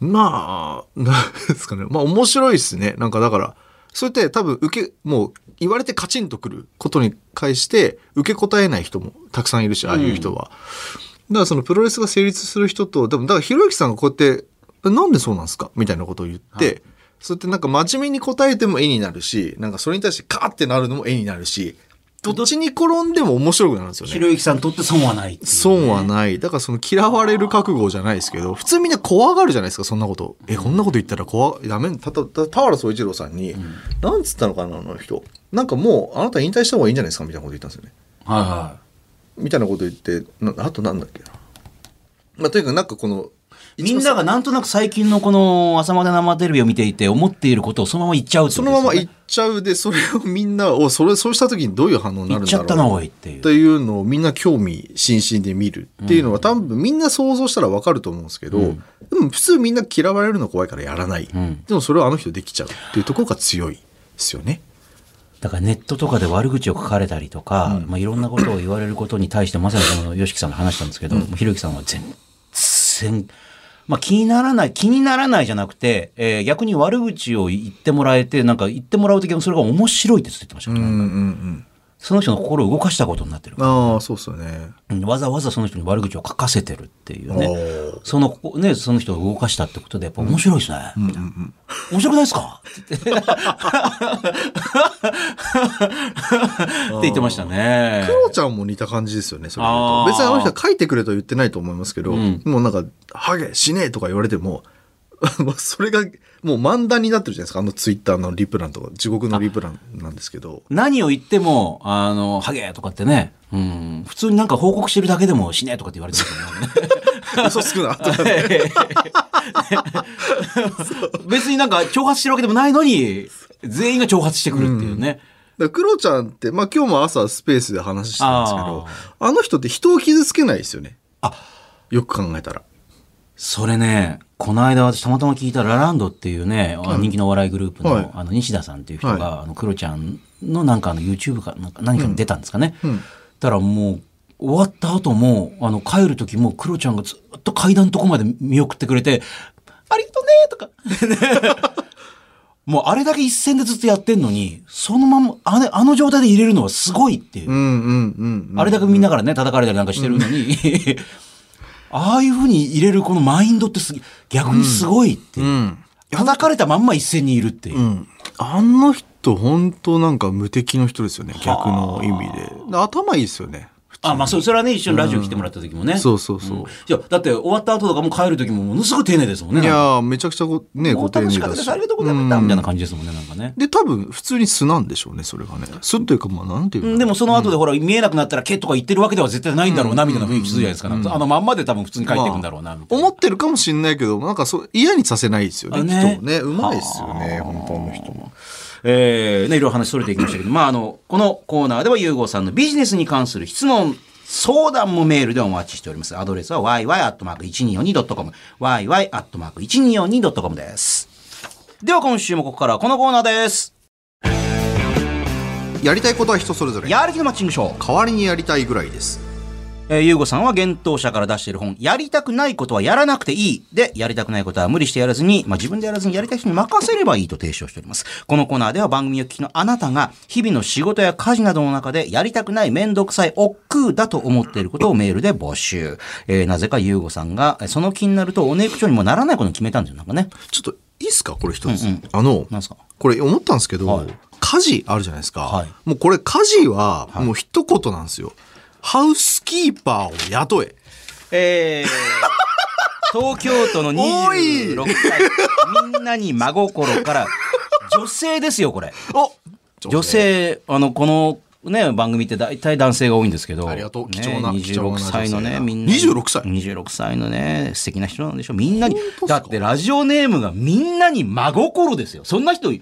まあ、なんですかね。まあ面白いですね。なんかだから、それって多分受け、もう言われてカチンとくることに対して受け答えない人もたくさんいるし、ああいう人は。だからそのプロレスが成立する人と、でもだからひろゆきさんがこうやって、えなんでそうなんですかみたいなことを言って、そうやってなんか真面目に答えても絵になるし、なんかそれに対してカーってなるのも絵になるし、どっちに転んでも面白くなるんですよひね。ろゆきさんにとって損はないっていう損はない。だからその嫌われる覚悟じゃないですけど、普通みんな怖がるじゃないですか、そんなこと。え、こんなこと言ったら怖、ダメ、た、た、た、田原総一郎さんに、なんつったのかな、あの人。なんかもう、あなた引退した方がいいんじゃないですか、みたいなこと言ったんですよね。はいはみたいなこと言って、なあとなんだっけな。まあ、とにかくなんかこの、いみんながなんとなく最近のこの朝まで生テレビを見ていて思っていることをそのまま言っちゃうってそことでのすよねまま行っちゃうで、それをみんな、お、それ、そうした時にどういう反応にな言っるんちゃだろう。ったなおいっていうっていうのをみんな興味津々で見るっていうのは、多分みんな想像したらわかると思うんですけど、でも普通みんな嫌われるの怖いからやらない、んでもそれはあの人できちゃうっていうところが強いですよね。だからネットとかで悪口を書かれたりとか、まあ、いろんなことを言われることに対してまさにこの吉木さんの話したんですけど、ひろゆきさんは全然、まあ、気にならない気にならないじゃなくて、えー逆に悪口を言ってもらえてなんか言ってもらうときもそれが面白いってずっと言ってました、うんうんその人の心を動かしたことになってるうん、ああそうっすよね。うんわざわざその人に悪口を書かせてるっていうおねーそのここねその人を動かしたってことでやっぱ面白いですね、みたいな面白くないです かって言ってって言ってましたねクロちゃんも似た感じですよね、それで言うあとー別にあの人は書いてくれとは言ってないと思いますけど、うんもうなんか、ハゲ、死ねえとか言われても、 もうそれがもう漫談になってるじゃないですか、あのツイッターのリプランとか、地獄のリプランなんですけ ど。何を言ってもあのハゲとかってね、うん、普通になんか報告してるだけでもしねえとかって言われてる 嘘つくなとかけどね別になんか挑発してるわけでもないのに全員が挑発してくるっていうね、だからクロちゃんって、まあ今日も朝スペースで話してたんですけど、あの人って人を傷つけないですよね。よく考えたら。それね、この間私たまたま聞いたラランドっていうね、あの人気のお笑いグループの,、はいあの西田さんっていう人が、はあのクロちゃんのなんかあの YouTube かなんか何かに出たんですかね。うんたらもう終わった後も、あの帰る時もクロちゃんがずっと階段のとこまで見送ってくれて、ありがとうねーとか。 もうあれだけ一戦でずっとやってんのに、そのまま、あれあの状態で入れるのはすごいっていうう。んうんうん、うん。あれだけみんなからね、叩かれたりなんかしてるのに、 ああいうふうに入れるこのマインドってすげ逆にすごいっていう。うん。叩かれたまんま一線にいるっていう。うん。あの人、本当なんか無敵の人ですよね。逆の意味で。頭いいですよね。あ、まあそう、それはね、一緒にラジオ来てもらった時もね。そうそうそう。いや、だって終わった後とかも帰る時もものすごい丁寧ですもんね。いやー、めちゃくちゃご、ね、もごう丁楽寧しかっただでしす。ありがとうございました。みたいな感じですもんね、なんかね。で、多分、普通に素なんでしょうね、それがね。素というか、まあ、なんていううんのでもその後でほら、見えなくなったら、けとか言ってるわけでは絶対ないんだろうな、みたいな雰囲気するじゃないですか。なんかあのまんまで多分普通に帰っていくんだろうな、みたいな。思ってるかもしんないけど、なんかそう、嫌にさせないですよね、あね人をね。うまいですよね、本当あの人も。えーね、いろいろ話それていきましたけど、まあ、あの、このコーナーでは、ゆうごうさんのビジネスに関する質問、相談もメールでお待ちしております。アドレスは yy.1242.com、yy.1242.com です。では、今週もここからはこのコーナーです。やりたいことは人それぞれ。やる気のマッチングショー。代わりにやりたいぐらいです。えー、ゆうごさんは、幻冬者から出している本、やりたくないことはやらなくていい。で、やりたくないことは無理してやらずに、まあ、自分でやらずにやりたい人に任せればいいと提唱しております。このコーナーでは番組を聞きのあなたが、日々の仕事や家事などの中で、やりたくない、めんどくさい、億劫だと思っていることをメールで募集。えーなぜかゆうごさんが、えーその気になるとおねくちょにもならないことに決めたんですよ、なんかね。ちょっと、いいっすかこれ一つ。あのなんすか、これ思ったんですけど、はい家事あるじゃないですか。はいもうこれ家事は、もう一言なんですよ。ハウスキーパーを雇え。え ー、東京都のおい26歳、みんなに真心 から、女性ですよ、これ。お女性あのこのね番組って大体男性が多いんですけどありがとうね貴重な貴重26な女性歳のねみんな26歳26歳のね素敵な人なんでしょみんなに当っすだかってラジオネームがみんなに真心ですよそんな人い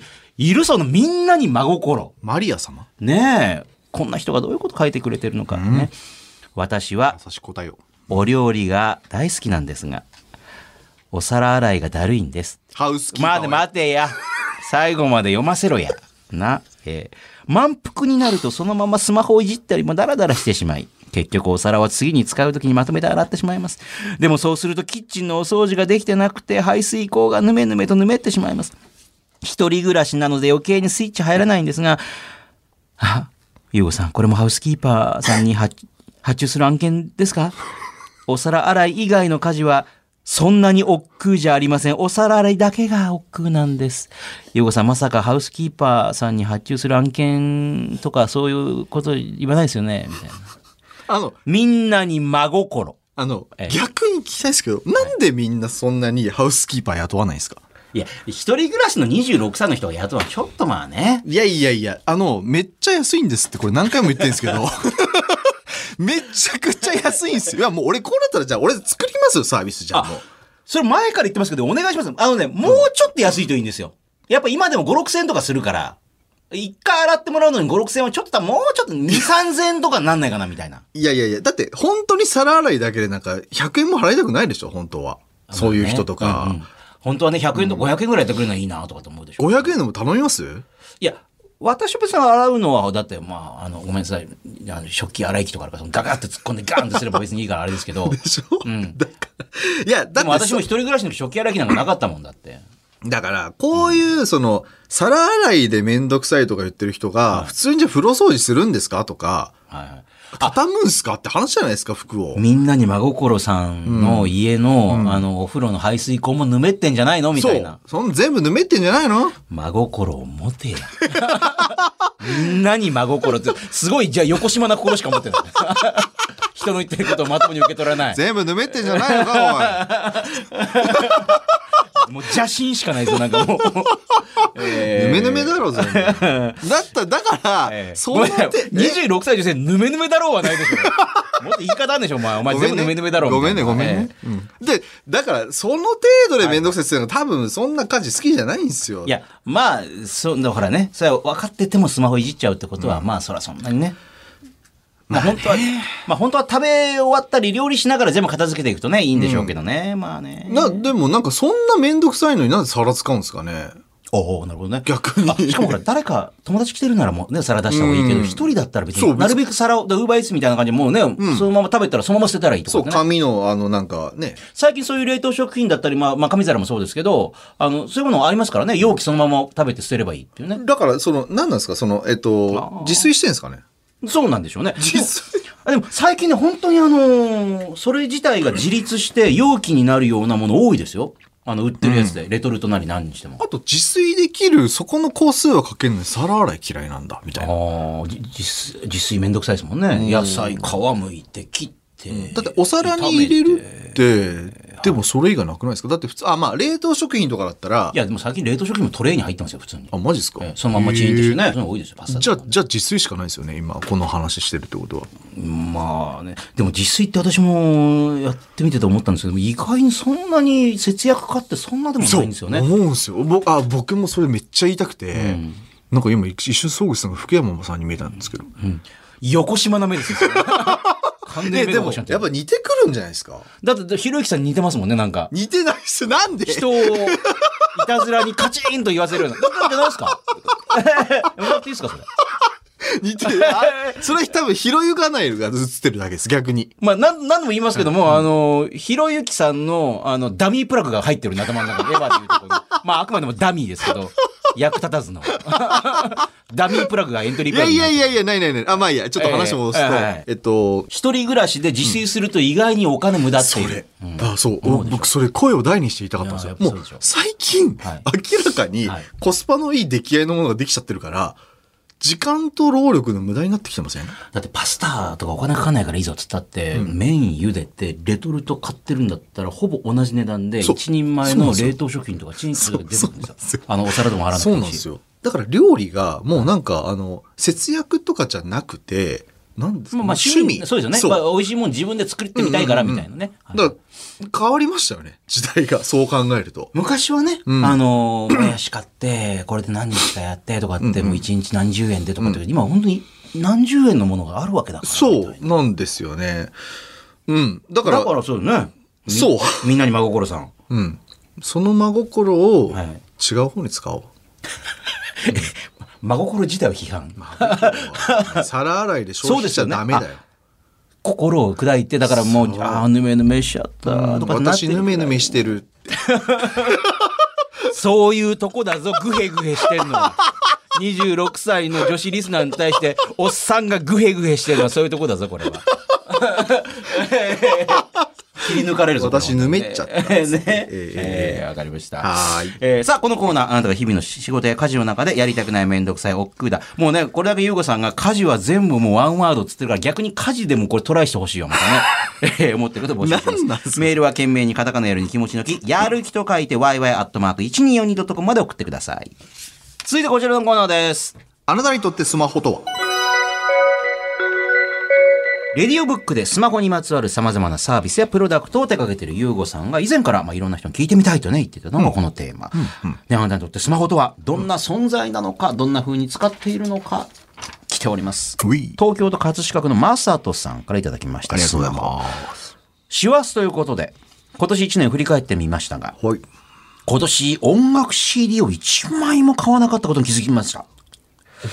るそのみんなに真心マリア様ねえこんな人がどういうこと書いてくれてるのかね、私は優しく答えを。お料理が大好きなんですがお皿洗いがだるいんですハウスキーパーをまあ雇え。待てや。最後まで読ませろや。な、えー満腹になるとそのままスマホをいじったりもダラダラしてしまい、結局お皿は次に使う時にまとめて洗ってしまいます。でもそうするとキッチンのお掃除ができてなくて排水口がぬめぬめとぬめってしまいます。一人暮らしなので余計にスイッチ入らないんですが、あ、ゆうごさん、これもハウスキーパーさんに発発注する案件ですかお皿洗い以外の家事はそんなに億劫じゃありません。お皿洗いだけが億劫なんです。ヨゴさん、まさかハウスキーパーさんに発注する案件とかそういうこと言わないですよねみたいな。あの、みんなに真心。あのええ、逆に聞きたいんですけど、なんでみんなそんなにハウスキーパー雇わないんですかいや、一人暮らしの26歳の人が雇うのはちょっとまあね。いやいやいや、あの、めっちゃ安いんですってこれ何回も言ってるんですけ ど。めちゃくちゃ安いんですよ。いや、もう俺こうなったらじゃあ俺作りますよ、サービスじゃあもう。それ前から言ってますけど、お願いします。あのね、もうちょっと安いといいんですよ。やっぱ今でも5、6千円とかするから、一回洗ってもらうのに5、6千円はちょっと、もうちょっと2、3千円とかなんないかなみたいな。いやいやいや、だって本当に皿洗いだけでなんか100円も払いたくないでしょ、本当は。そういう人とか。うんうん本当はね、100円と500円ぐらいやってくれるのはいいなとかと思うでしょ。 500円でも頼みます いや、私は別に洗うのは、だって、まあ、あの、ごめんなさい。あの食器洗い機とかあるから、そのガガッと突っ込んでガーンとすれば別にいいからあれですけ ど、でしょ、んだから、いや、だでっても私そも一人暮らしの時食器洗い機なんかなかったもんだって。だから、こういう、その、皿洗いでめんどくさいとか言ってる人が、普通にじゃあ風呂掃除するんですかとか、はいはい。畳むんすかって話じゃないですか、服を。みんなに真心さんの家の、あの、お風呂の排水口もぬめってんじゃないのみたそいうな。。その全部ぬめってんじゃないの真心を持てや。みんなに真心って、すごい、じゃあ横島な心しか持ってない。 人の言ってることをまともに受け取らない。全部ぬめってんじゃないのか、もう邪心しかないぞ、なんかもう。おい。 えぬーめぬめだろ、全部。だった、だから、 ええそうなって、ごめんなさい26歳女性、ぬめぬめだろうはないでしょ。もっと言い方あるでしょ、お前。お前、全部ぬめぬめだろう。ごめんね、ごめんねえ。うんで、だから、その程度でめんどくさいっていうのは多分そんな感じ好きじゃないんですよ。え。いや、まあ、そう、だからね、それは分かっててもスマホいじっちゃうってことは、まあ、そらそんなにね。まあ、本当は、まあ、本当は食べ終わったり、料理しながら全部片付けていくとね、いいんでしょうけどね。まあね。な、でもなんかそんなめんどくさいのになんで皿使うんですかねおおなるほどね。逆にあしかもほら、誰か、友達来てるならもうね、皿出した方がいいけど、一人だったら別そうに、別なるべく皿を、ウーバーイーツみたいな感じで、もうね、そのまま食べたらそのまま捨てたらいいとかね。そう、紙のあのなんかね、最近そういう冷凍食品だったり、まあ、まあ、紙皿もそうですけど、あの、そういうものありますからね、容器そのまま食べて捨てればいいっていうね。だからその、何なんですかその、えっと、自炊してんですかねそうなんでしょうね。自炊あでも最近ね、本当にあのーそれ自体が自立して容器になるようなもの多いですよ。あの、売ってるやつで、レトルトなり何にしても。 あと自炊できる、そこの工数はかけるのに皿洗い嫌いなんだ、みたいな。ああ、じ自炊自炊めんどくさいですもんね。野菜皮むいて切って。だってお皿に入れるって、でもそれ以外なくないですかだって普通、あ、まあ冷凍食品とかだったらい、や、でも最近冷凍食品もトレイに入ってますよ、普通に。あ、マジですかええそのまんまチーンってしてね。そういうの多いですよ、パスタとかじゃあ、じゃあ自炊しかないですよね、今、この話してるってことは。まあね、でも自炊って私もやってみてて思ったんですけど、意外にそんなに節約家ってそんなでもないんですよね。思うんですよ。ぼあ僕もそれめっちゃ言いたくて、なんか今一一瞬、総口さんが福山さんに見えたんですけど。横島な目ですよ。それ 完全に目でがおも、かしなやっちゃっってぱ似てくるんじゃないですかだって、ひろゆきさんに似てますもんね、なんか。似てないっす。なんで人を、いたずらにカチンと言わせるような。どっかじゃ ないですかやめなくていいですか、それ。似てる。あそれ多分、ひろゆかないが映ってるだけです、逆に。まあ、なん、何度も言いますけども、あの、ひろゆきさんの、あの、ダミープラグが入ってる仲間の中で、エヴァでいうところに。 まあ、あくまでもダミーですけど、役立たずの。 ダミープラグがエントリーいプラやグいになっやていやいや、ないないない。あ、まあいいや、ちょっと話戻すと、えええはいはいっと、一人暮らしで自炊すると意外にお金無駄ってそいう。れ、あそう、お僕それ声を大にして言いたかったんですいやよ。やっもぱそううでしょ最近、はい明らかにはいコスパのいい出来合いのものができちゃってるから、時間と労力の無駄になってきてませんだってパスタとかお金かかんないからいいぞっつったって、メイン茹でてレトルト買ってるんだったらほぼ同じ値段でそう一人前の冷凍食品とかチンするだけで出てくるんそでうそうなんですすよよ。あのお皿でも洗わなくそてういなんいですし。よ。だから料理がもうなんか、あの、節約とかじゃなくて、なんですか、まあまあ趣味、そうですよね。まあ美味しいもん自分で作ってみたいからみたいなね。はいだから変わりましたよね。時代が。そう考えると。昔はね、うんあの、 もやし買って、これで何日かやってとかって、もう一日何十円でとかって、今本当に何十円のものがあるわけだから。みたそいうなんですよね。うん。だかな。ら、だからそうだね。みそう。みんなに真心さん。うん。その真心をはい違う方に使おう。真心自体を批判。 皿洗いで消費しちゃダメだよ。心を砕いて、だからもう、ああ、ぬめぬめしちゃったとかってなって私るぬめぬめしてる。そういうとこだぞ、グヘグヘしてんのは。26歳の女子リスナーに対して、おっ さんがグヘグヘしてるのはそういうとこだぞ、これは。切り抜かれるぞ。私このぬめっ ちゃったえーね。えーえーわかりました。はーいえーさあ、このコーナー、あなたが日々の仕事や家事の中でやりたくないめんどくさい、億劫だ。もうね、これだけ優子さんが家事は全部もうワンワードっつってるから、逆に家事でもこれトライしてほしいよ、またね。 えー思ってること募集してなんなんますす。メールは懸命にカタカナやるに気持ちのき、やる気と書いて、yy.1242.com まで送ってください。続いてこちらのコーナーです。あなたにとってスマホとはレディオブックでスマホにまつわる様々なサービスやプロダクトを手掛けているユーゴさんが以前からまあいろんな人に聞いてみたいとね言ってたのがこのテーマ。で、あなたにとってスマホとはどんな存在なのか、どんな風に使っているのか、来ております。うい東京都葛飾区のマサトさんからいただきました。ありがとうございスマホます。師走ということで、今年1年振り返ってみましたが、はい。今年音楽 CD を1枚も買わなかったことに気づきました。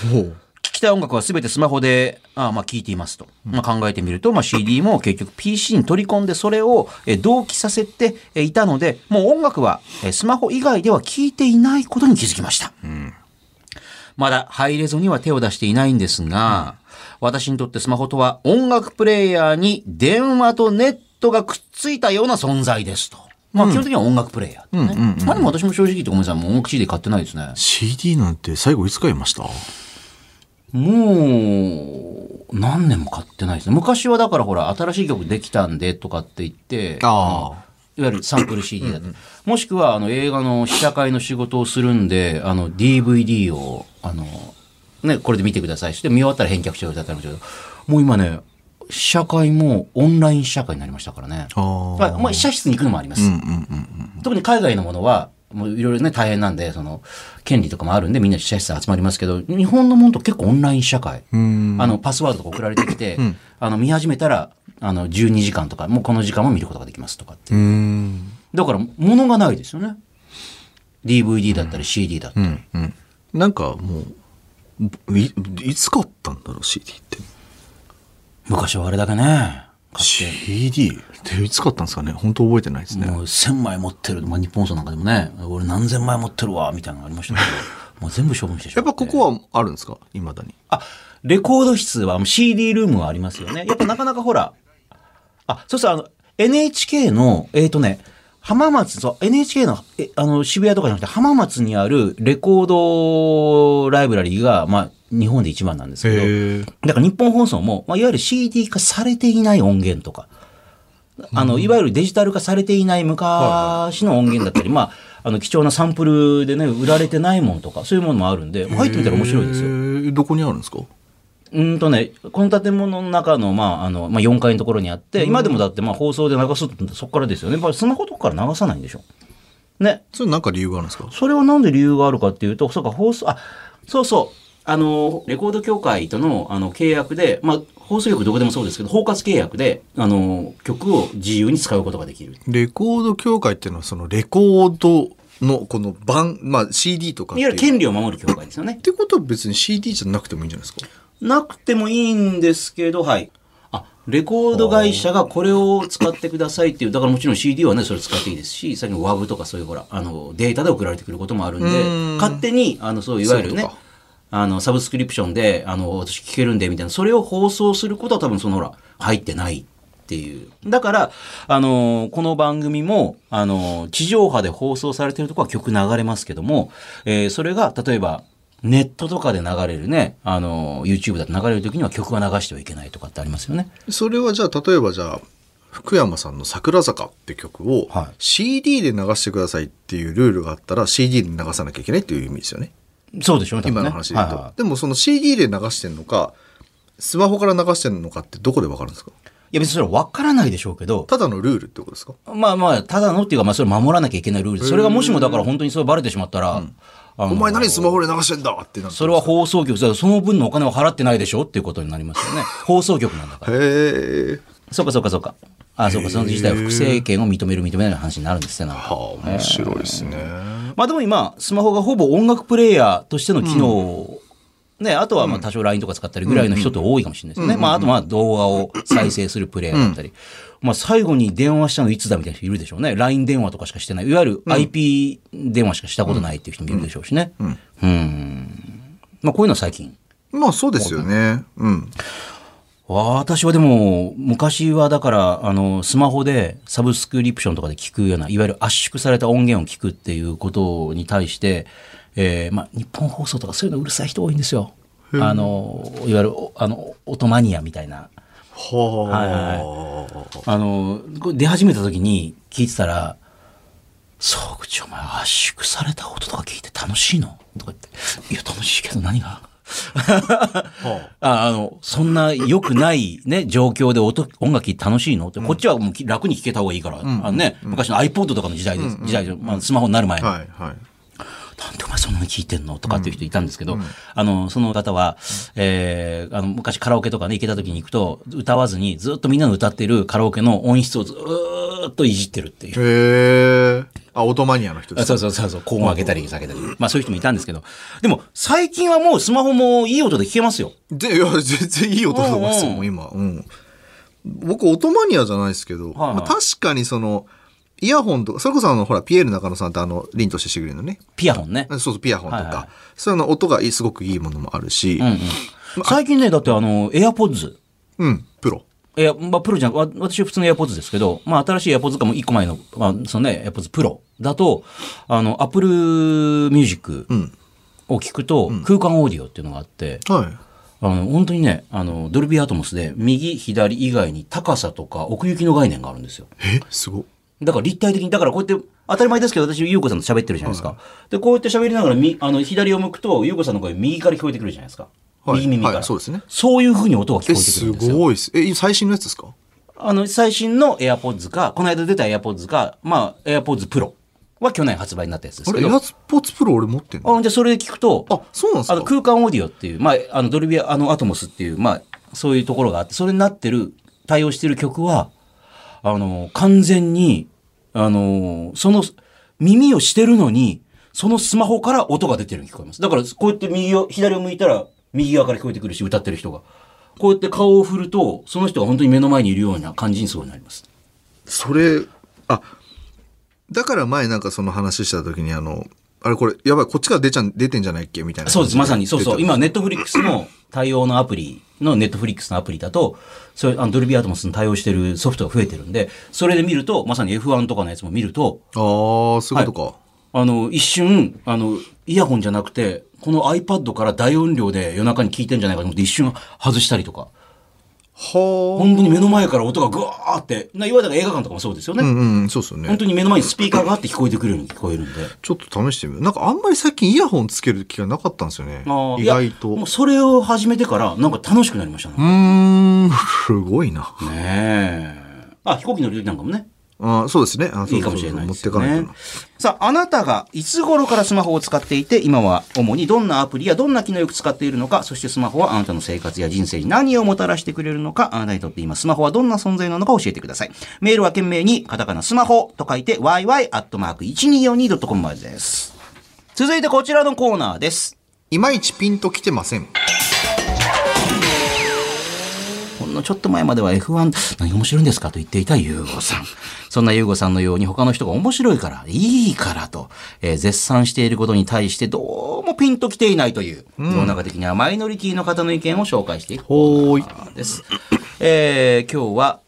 ほう。聞きたい音楽は全てスマホで、ああまあ聞いていますと。まあ考えてみると、まあ CD も結局 PC に取り込んで、それをえ同期させてえいたので、もう音楽はえスマホ以外では聞いていないことに気づきました。まだハイレゾには手を出していないんですが、私にとってスマホとは音楽プレイヤーに電話とネットがくっついたような存在ですと。まあ基本的には音楽プレイヤー、ねまあでも私も正直言ってごめんなさい、もう音楽 CD 買ってないですね。 CD なんて最後いつ買いましたもう、何年も買ってないですね。昔はだからほら、新しい曲できたんでとかって言って、あいわゆるサンプル CD だった。もしくは、あの、映画の試写会の仕事をするんで、あの、DVD を、あの、ね、これで見てください。して、見終わったら返却してくださいってなるんですけど。もう今ね、試写会もオンライン試写会になりましたからね。あーまあ、まあ、試写室に行くのもあります。特に海外のものは、もういろいろね、大変なんで、その、権利とかもあるんで、みんな試写室集まりますけど、日本のものと結構オンライン試写会。あの、パスワードとか送られてきて、あの、見始めたら、あの、12時間とか、もうこの時間も見ることができますとかって。うーん。だから、物がないですよね。DVD だったり CD だったり。うん。なんかもう、いいつ買ったんだろう CD って。昔はあれだけね、買って。 CD っていつ買ったんですかね本当覚えてないですね。もう1000枚持ってる、まあ、日本層なんかでもね、俺何千枚持ってるわ、みたいなのありましたけど、 もう全部処分してしまやっってぱここはあるんですかいまだに。あ、レコード室はあの CD ルームはありますよね。やっぱなかなかほら、あ、そうそう、あの、NHK の、えっ、とね、浜松、そう、NHK の、え、あの、渋谷とかじゃなくて、浜松にあるレコードライブラリーが、まあ、日本で一番なんですけど、へえ。だから日本放送も、まあ、いわゆる CD 化されていない音源とか、あの、いわゆるデジタル化されていない昔の音源だったり、まあ、あの、貴重なサンプルでね、売られてないものとか、そういうものもあるんで、まあ入ってみたら面白いですよ。よ。どこにあるんですかうんとね、この建物の中の、まあ、あの、まあ、4階のところにあって、今でもだって、まあ、放送で流すってそこからですよね。やっぱりスマホとかから流さないんでしょ。ね。それなんか理由があるんですかそれはなんで理由があるかっていうと、そうか、放送、あ、そうそう。あの、レコード協会との、あの、契約で、まあ、放送局どこでもそうですけど、包括契約で、あの、曲を自由に使うことができる。レコード協会っていうのはそのレコードのこの版、まあ CD とかっいていわゆう。るっ権利を守る協会ですよね。てことは別に CD じゃなくてもいいんじゃないですかなくてもいいんですけど、はい。あ、レコード会社がこれを使ってくださいっていう、だからもちろん CD はね、それ使っていいですし、最近 WAV とかそういうほら、あの、データで送られてくることもあるんで、ーん勝手に、あの、そういわゆるそういうねことか、あの、サブスクリプションで、あの、私聞けるんで、みたいな、それを放送することは多分そのほら、入ってないっていう。だから、あのこの番組も、あの地上波で放送されてるとこは曲流れますけども、えーそれが、例えば、ネットとかで流れるね、あの YouTube だと流れる時には曲は流してはいけないとかってありますよね。それはじゃあ例えばじゃあ福山さんの「桜坂」って曲をはい CD で流してくださいっていうルールがあったら CD で流さなきゃいけないっていう意味ですよねそうでしょうね、多分ね今の話で言うと、はいはいでもその CD で流してんのかスマホから流してんのかってどこでわかるんですかいや別にそれは分からないでしょうけど、ただのルールってことですかまあまあ、ただのっていうか、まあそれ守らなきゃいけないルールでそれがもしもだから本当にそれバレてしまったら、あのお前何スマホで流してんだってなってそれは放送局、その分のお金を払ってないでしょっていうことになりますよね。放送局なんだから。へえそうかそうかそうか。あ、そうか、その自体は複製権を認める認めないの話になるんですよ、なんか。はあ面白いですね、まあでも今、スマホがほぼ音楽プレイヤーとしての機能を、ね、あとはまあ多少 LINE とか使ったりぐらいの人って多いかもしれないですよね。まああとまあ動画を再生するプレイヤーだったり。まあ最後に電話したのいつだみたいな人いるでしょうね。LINE 電話とかしかしてない。いわゆる IP 電話しかしたことないっていう人もいるでしょうしね。うん。うんまあこういうのは最近。まあそうですよねうん私はでも、昔はだから、あの、スマホでサブスクリプションとかで聞くような、いわゆる圧縮された音源を聞くっていうことに対して、えーまあ、日本放送とかそういうのうるさい人多いんですよ。あの、いわゆる、おあの、音マニアみたいな。はあの、これ出始めた時に聞いてたら、そう、口お前圧縮された音とか聞いて楽しいのとか言って、いや、楽しいけど何が ああの、そんな良くないね、状況で音、音楽聴いて楽しいのって、こっちはもうき楽に聴けた方がいいから、あのね、昔の iPod とかの時代です、時代で、まあ、スマホになる前いのはいはい。なんでお前そんなの聞いてんのとかっていう人いたんですけど、あの、その方は、えーあの、昔カラオケとかね、行けた時に行くと、歌わずにずっとみんなの歌ってるカラオケの音質をずーっといじってるっていう。へえ。あ、オートマニアの人であす。そうそうそうそう、高音上げたり下げたり。まあそういう人もいたんですけど、でも最近はもうスマホもいい音で聞けますよ。で、いや、全然いい音だと思いますよ、うんうんもう今。うん。僕、オートマニアじゃないですけはど、いはいまあ確かにその、イヤホンとか、それこそあの、ほら、ピエール中野さんってあの、凛としてしてくれるのね。ピアホンね。そうそう、ピヤホンとか。はいはいそういうの音がいいすごくいいものもあるし、うんうん。最近ね、だってあの、エアポッズ。うん、プロ。いや、まあ、プロじゃん。わ私は普通の AirPods ですけど、まあ、新しい AirPods かもう一個前の、まあ、そのね、AirPods Pro だと、あの、Apple Music んを聞くと、空間オーディオっていうのがあって、はい。あの、本当にね、あの、ドルビーアトモスで、右、左以外に高さとか奥行きの概念があるんですよ。え、すごっ。だから立体的に、だからこうやって、当たり前ですけど、私、ゆうこさんと喋ってるじゃないですか。で、こうやって喋りながら、みあの、左を向くと、ゆうこさんの声、右から聞こえてくるじゃないですか。はい右耳から、はいそうですねそういう風に音が聞え、こえてくするんですよ。ごいっす。え、最新のやつですかあの、最新の AirPods か、この間出た AirPods か、まあ、AirPods Pro は去年発売になったやつであすけれ、エど。アポッツプロ俺持ってんのあ、じゃあそれで聞くと、あ、そうなんですあのか空間オーディオっていう、まあ、あの、ドルビア、あの、アトモスっていう、まあ、そういうところがあって、それになってる、対応してる曲は、あの、完全に、あの、その、耳をしてるのに、そのスマホから音が出てるように聞こえます。だから、こうやって右を、左を向いたら、右側から聞こえてくるし、歌ってる人が。こうやって顔を振ると、その人が本当に目の前にいるような感じにすごいなります。それ、あ、だから前なんかその話した時にあの、あれこれ、やばい、こっちから出ちゃん、出てんじゃないっけみたいな。そうです、まさに。そうそう。出て今、ネットフリックスの対応のアプリの、ネットフリックスのアプリだと、それ、あのドルビーアトモスに対応してるソフトが増えてるんで、それで見ると、まさに F1 とかのやつも見ると、た。あー、そういうことか。あの、一瞬、あの、イヤホンじゃなくて、この iPad から大音量で夜中に聞いてんじゃないかと思って一瞬外したりとか、は本当に目の前から音がグワーって、ないわゆる映画館とかもそうですよね。あ。うんうん、そうですよね本。当に目の前にスピーカーがあって聞こえてくるように聞こえるんで。ちょっと試してみよう。なんかあんまり最近イヤホンつける気がなかったんですよねあー。意外と。いやもううそれを始めてから、なんか楽しくなりましたね。ーん、すごいな。ねえ。あ、飛行機乗る時なんかもね。あーそうですね。あそうそうそういいかもしれないですよ持ってかないねとな。。さあ、あなたがいつ頃からスマホを使っていて、今は主にどんなアプリやどんな機能をよく使っているのか、そしてスマホはあなたの生活や人生に何をもたらしてくれるのか、あなたにとって今スマホはどんな存在なのか教えてください。メールは懸命にカタカナスマホと書いて yy.1242.com までです。続いてこちらのコーナーです。いまいちピンときてません。ほんのちょっと前までは F1 何が面白いんですかと言っていたユーゴさん。そんなユーゴさんのように他の人が面白いから、いいからと、えー絶賛していることに対してどうもピンときていないという、世の中的にはマイノリティの方の意見を紹介していくほーい。んです。えー今日は、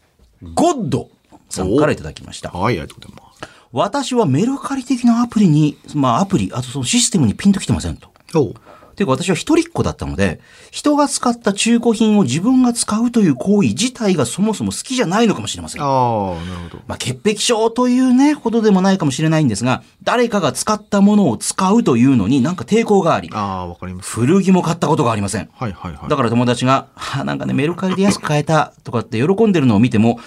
ゴッドさんからいただきました。はい、ありがとうございます。私はメルカリ的なアプリに、まあアプリ、あとそのシステムにピンときてませんと。おうていうか私は一人っ子だったので、人が使った中古品を自分が使うという行為自体がそもそも好きじゃないのかもしれません。ああ、なるほど。まあ、潔癖症というね、ほどでもないかもしれないんですが、誰かが使ったものを使うというのになんか抵抗があり、ああー、わかります。古着も買ったことがありません。はいはいはい。だから友達が、あなんかね、メルカリで安く買えたとかって喜んでるのを見ても、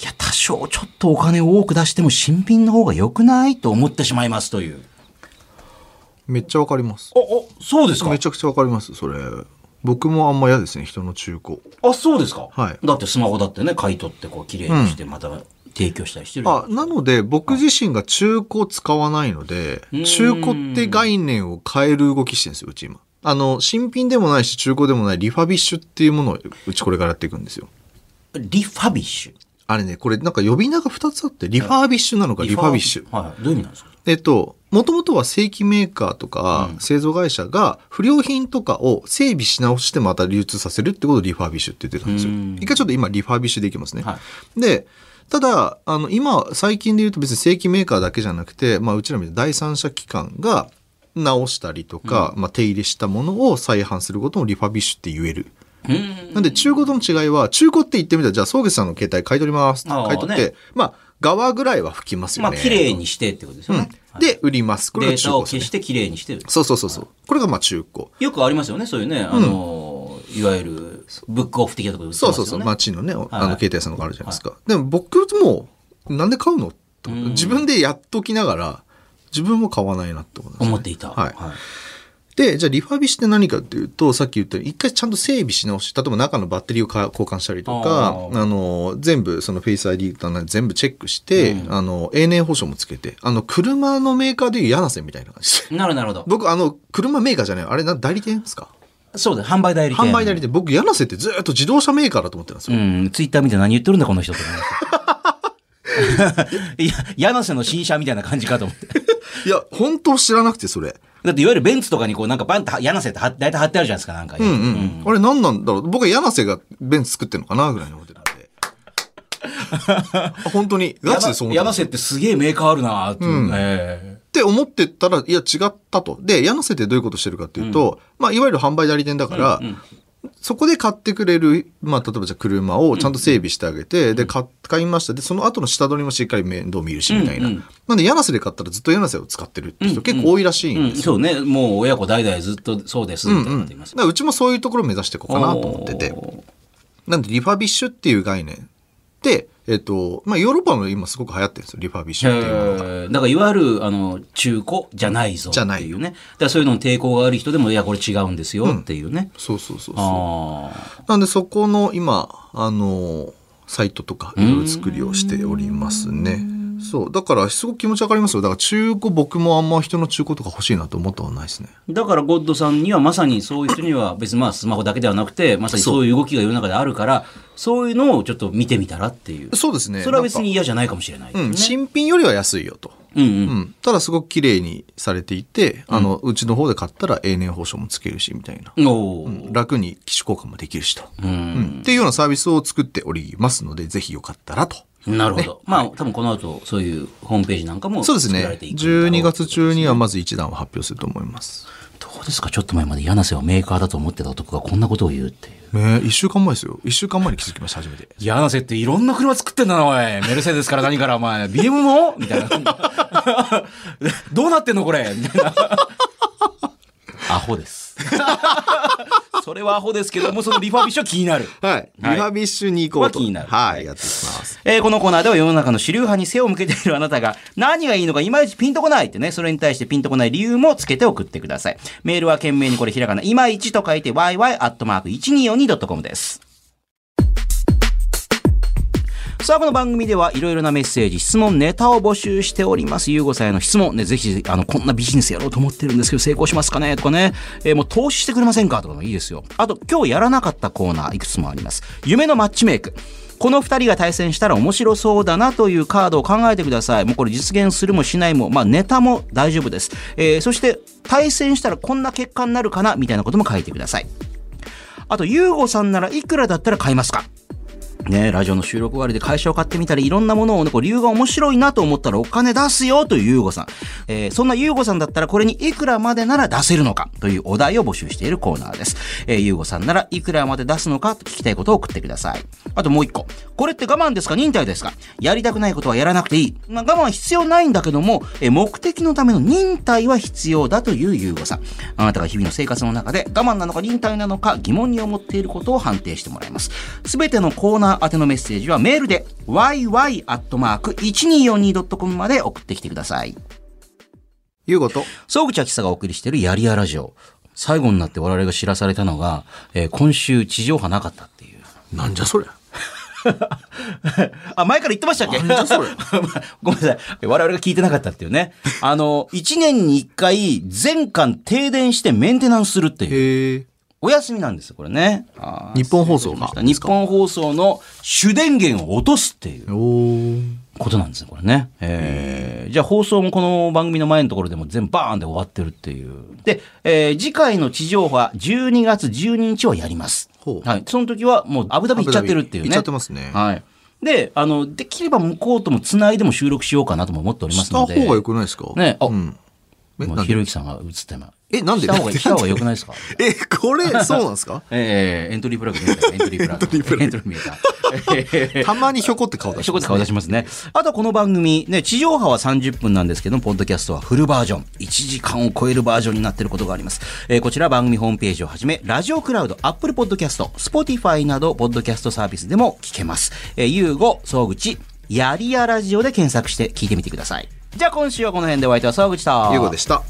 いや、多少ちょっとお金を多く出しても新品の方が良くないと思ってしまいますという。めっちゃわかります。お、お、そうですめちゃくちゃわかります、それ。僕もあんま嫌ですね、人の中古。あ、そうですか。はいだってスマホだってね、買い取ってこう、綺麗にして、また提供したりしてる。あ、なので、僕自身が中古を使わないのでうん、中古って概念を変える動きしてるんですよ、うち今。あの、新品でもないし、中古でもない、リファビッシュっていうものを、うちこれからやっていくんですよ。リファビッシュ。あれね、これなんか呼び名が2つあって、リファービッシュなのか、リファビッシュ。はいはい。どういう意味なんですかえっと、もともとは正規メーカーとか製造会社が不良品とかを整備し直してまた流通させるってことをリファービッシュって言ってたんですようん。一回ちょっと今リファービッシュできますね。はで、ただ、あの、今、最近で言うと別に正規メーカーだけじゃなくて、まあ、うちらみたいな第三者機関が直したりとか、まあ、手入れしたものを再販することもリファビッシュって言える。なんで中古との違いは、中古って言ってみたら、じゃあ、宗月さんの携帯買い取ります。ああ買い取ねって、まあ、側ぐらいは拭きますまよあ、ね。綺麗にしてってことですよね。うんで、売ります。これデがー中タを古消ですしね。て綺麗にしてる。そうそうそうそう。これがまあ中古。よくありますよね、そういうね、あの、いわゆる、ブックオフ的なところで売ってそうますそようね。そう。街のね、いあの、携帯屋さんとかあるじゃないですか。でも僕も、なんで買うのってうん自分でやっときながら、自分も買わないなって思うんですよね思っていた。はいで、じゃあリファビシって何かっていうと、さっき言ったように、一回ちゃんと整備し直し、例えば中のバッテリーをか交換したりとか、ああーの、全部、そのフェイス ID とか全部チェックして、うんあの、永年保証もつけて、あの、車のメーカーでいう柳瀬みたいな感じで。なるなるほ僕、あの、車メーカーじゃない、あれ、な代理店ですかど。そうだ、販売代理店。販売代理店。僕、柳瀬ってずっと自動車メーカーだと思ってたんですうよ。ん、ツイッター見て何言ってるんだ、この人って 思いました。いや、柳瀬の新車みたいな感じかと思って。いや、本当知らなくて、それ。だっていわゆるベンツとかにこうなんかバンって柳瀬っては大体貼ってあるじゃないですか、なんか。うんうん。あれ、何なんだろう。僕は柳瀬がベンツ作ってるのかなぐらいに思ってたん で。本当に、ガチでそう思ってた柳瀬ってすげえメーカーあるなーっていう、うんえって思ってたら、いや、違ったと。で、柳瀬ってどういうことしてるかっていうと、まあ、いわゆる販売代理店だから、そこで買ってくれる、まあ、例えばじゃあ車をちゃんと整備してあげて、で、買買いました。で、その後の下取りもしっかり面倒見るし、みたいな。うんうんなんで、柳瀬で買ったらずっと柳瀬を使ってるって人結構多いらしいんうでんすよ。そうね、もう親子代々ずっとそうです、みたいなうんことうん言いだますよからうちもそういうところを目指していこうかなと思ってて。なんで、リファビッシュっていう概念で、えっと、まあ、ヨーロッパも今すごく流行ってるんですよ、リファビッシュっていうものが。えーだからいわゆるあの中古じゃないぞってじゃないいうね。だからそういうのに抵抗がある人でも、いや、これ違うんですよっていうね。そうそうそうそう。ああ。なんでそこの今、あの、サイトとかいろいろ作りをしておりますね。そう。だから、すごく気持ちわかりますよ。だから中古、僕もあんま人の中古とか欲しいなと思ったことないですね。だからゴッドさんにはまさにそういう人には別にまあスマホだけではなくてまさにそういう動きが世の中であるからそういうのをちょっと見てみたらっていうそうですね。それは別なんに嫌じゃないかもしれない、か。うん、新品よりは安いよと。うんううんん。ただ、すごく綺麗にされていて、あの、うちの方で買ったら永年保証もつけるし、みたいな。おー楽に機種交換もできるしと。ううんん。っていうようなサービスを作っておりますので、ぜひよかったらと。なるほど、まあ多分この後そういうホームページなんかもそうです作らねれ。ていくんだろう12月中にはまず一弾を発表すると思います。どうですか、ちょっと前まで柳瀬はメーカーだと思ってた男がこんなことを言うっていう。ねえ、一週間前ですよ。一週間前に気づきました、初めて。柳瀬っていろんな車作ってんだな、おい。メルセデスから何から、お前。BM もみたいな。 どうなってんの、これ。みたいな。アホです。 それはアホですけども、そのリファビッシュは気になる。はい。リはいハビッシュに行こうと。は気になるはい、やっていきます。えーこのコーナーでは世の中の主流派に背を向けているあなたが何がいいのかいまいちピンとこないってね、それに対してピンとこない理由もつけて送ってください。メールは懸命にこれひらがな、いまいちと書いて yy.1242.com です。さあ、この番組ではいろいろなメッセージ、質問、ネタを募集しております。ゆうごさんへの質問、ね、ぜひぜひ、あの、こんなビジネスやろうと思ってるんですけど、成功しますかねとかね、えーもう投資してくれませんかとかもいいですよ。あと、今日やらなかったコーナー、いくつもあります。夢のマッチメイク。この2人が対戦したら面白そうだなというカードを考えてください。もうこれ実現するもしないも、まあネタも大丈夫です。えーそして対戦したらこんな結果になるかなみたいなことも書いてください。あと、ゆうごさんならいくらだったら買いますかねラジオの収録終わりで会社を買ってみたり、いろんなものをね、こう、理由が面白いなと思ったらお金出すよというゆうごさん。えーそんなゆうごさんだったらこれにいくらまでなら出せるのかというお題を募集しているコーナーです。えー、ゆうごさんならいくらまで出すのかと聞きたいことを送ってください。あともう一個。これって我慢ですか忍耐ですかやりたくないことはやらなくていい。まあ、我慢必要ないんだけども、えー目的のための忍耐は必要だというゆうごさん。あなたが日々の生活の中で我慢なのか忍耐なのか疑問に思っていることを判定してもらいます。すべてのコーナー宛てのメッセージはメールで yy.1242.com まで送ってきてください。ゆうごと。総口秋さがお送りしているやりやラジオ。最後になって我々が知らされたのが、えー今週地上波なかったっていう。なんじゃそれ。 あ、前から言 ってましたっけなんじゃそれごめんなさい。我々が聞いてなかったっていうね。あの、1年に1回全館停電してメンテナンスするっていう。へえ。お休みなんです、これね。あー日本放送が失礼しました日本放送の主電源を落とすっていうおーことなんですね、これね。えーじゃあ放送もこの番組の前のところでも全部バーンで終わってるっていう。で、えー次回の地上波12月12日をやります。ほうはい。その時はもうアブダビ行っちゃってるっていうね。行っちゃってますねはい。で、あの、できれば向こうとも繋いでも収録しようかなとも思っておりましすたの方で。がよくないですかねあうんえもうなんひでろゆきさんが映ってます。えなんでした方が、した方が良くないですかえこれそうなんですか えーエントリープラグ見えたエントリープラグ。エントリープラグ。エントリー見えた。 えーたまにひょこって顔出し一言まです顔出しますね。あとこの番組、ね、地上波は30分なんですけども、ポッドキャストはフルバージョン、1時間を超えるバージョンになっていることがあります。えーこちら番組ホームページをはじめ、ラジオクラウド、アップルポッドキャスト、スポティファイなど、ポッドキャストサービスでも聞けます。えー、ゆうご、総口、やりやラジオで検索して聞いてみてください。じゃあ今週はこの辺でお相手は総口と。ゆうごでした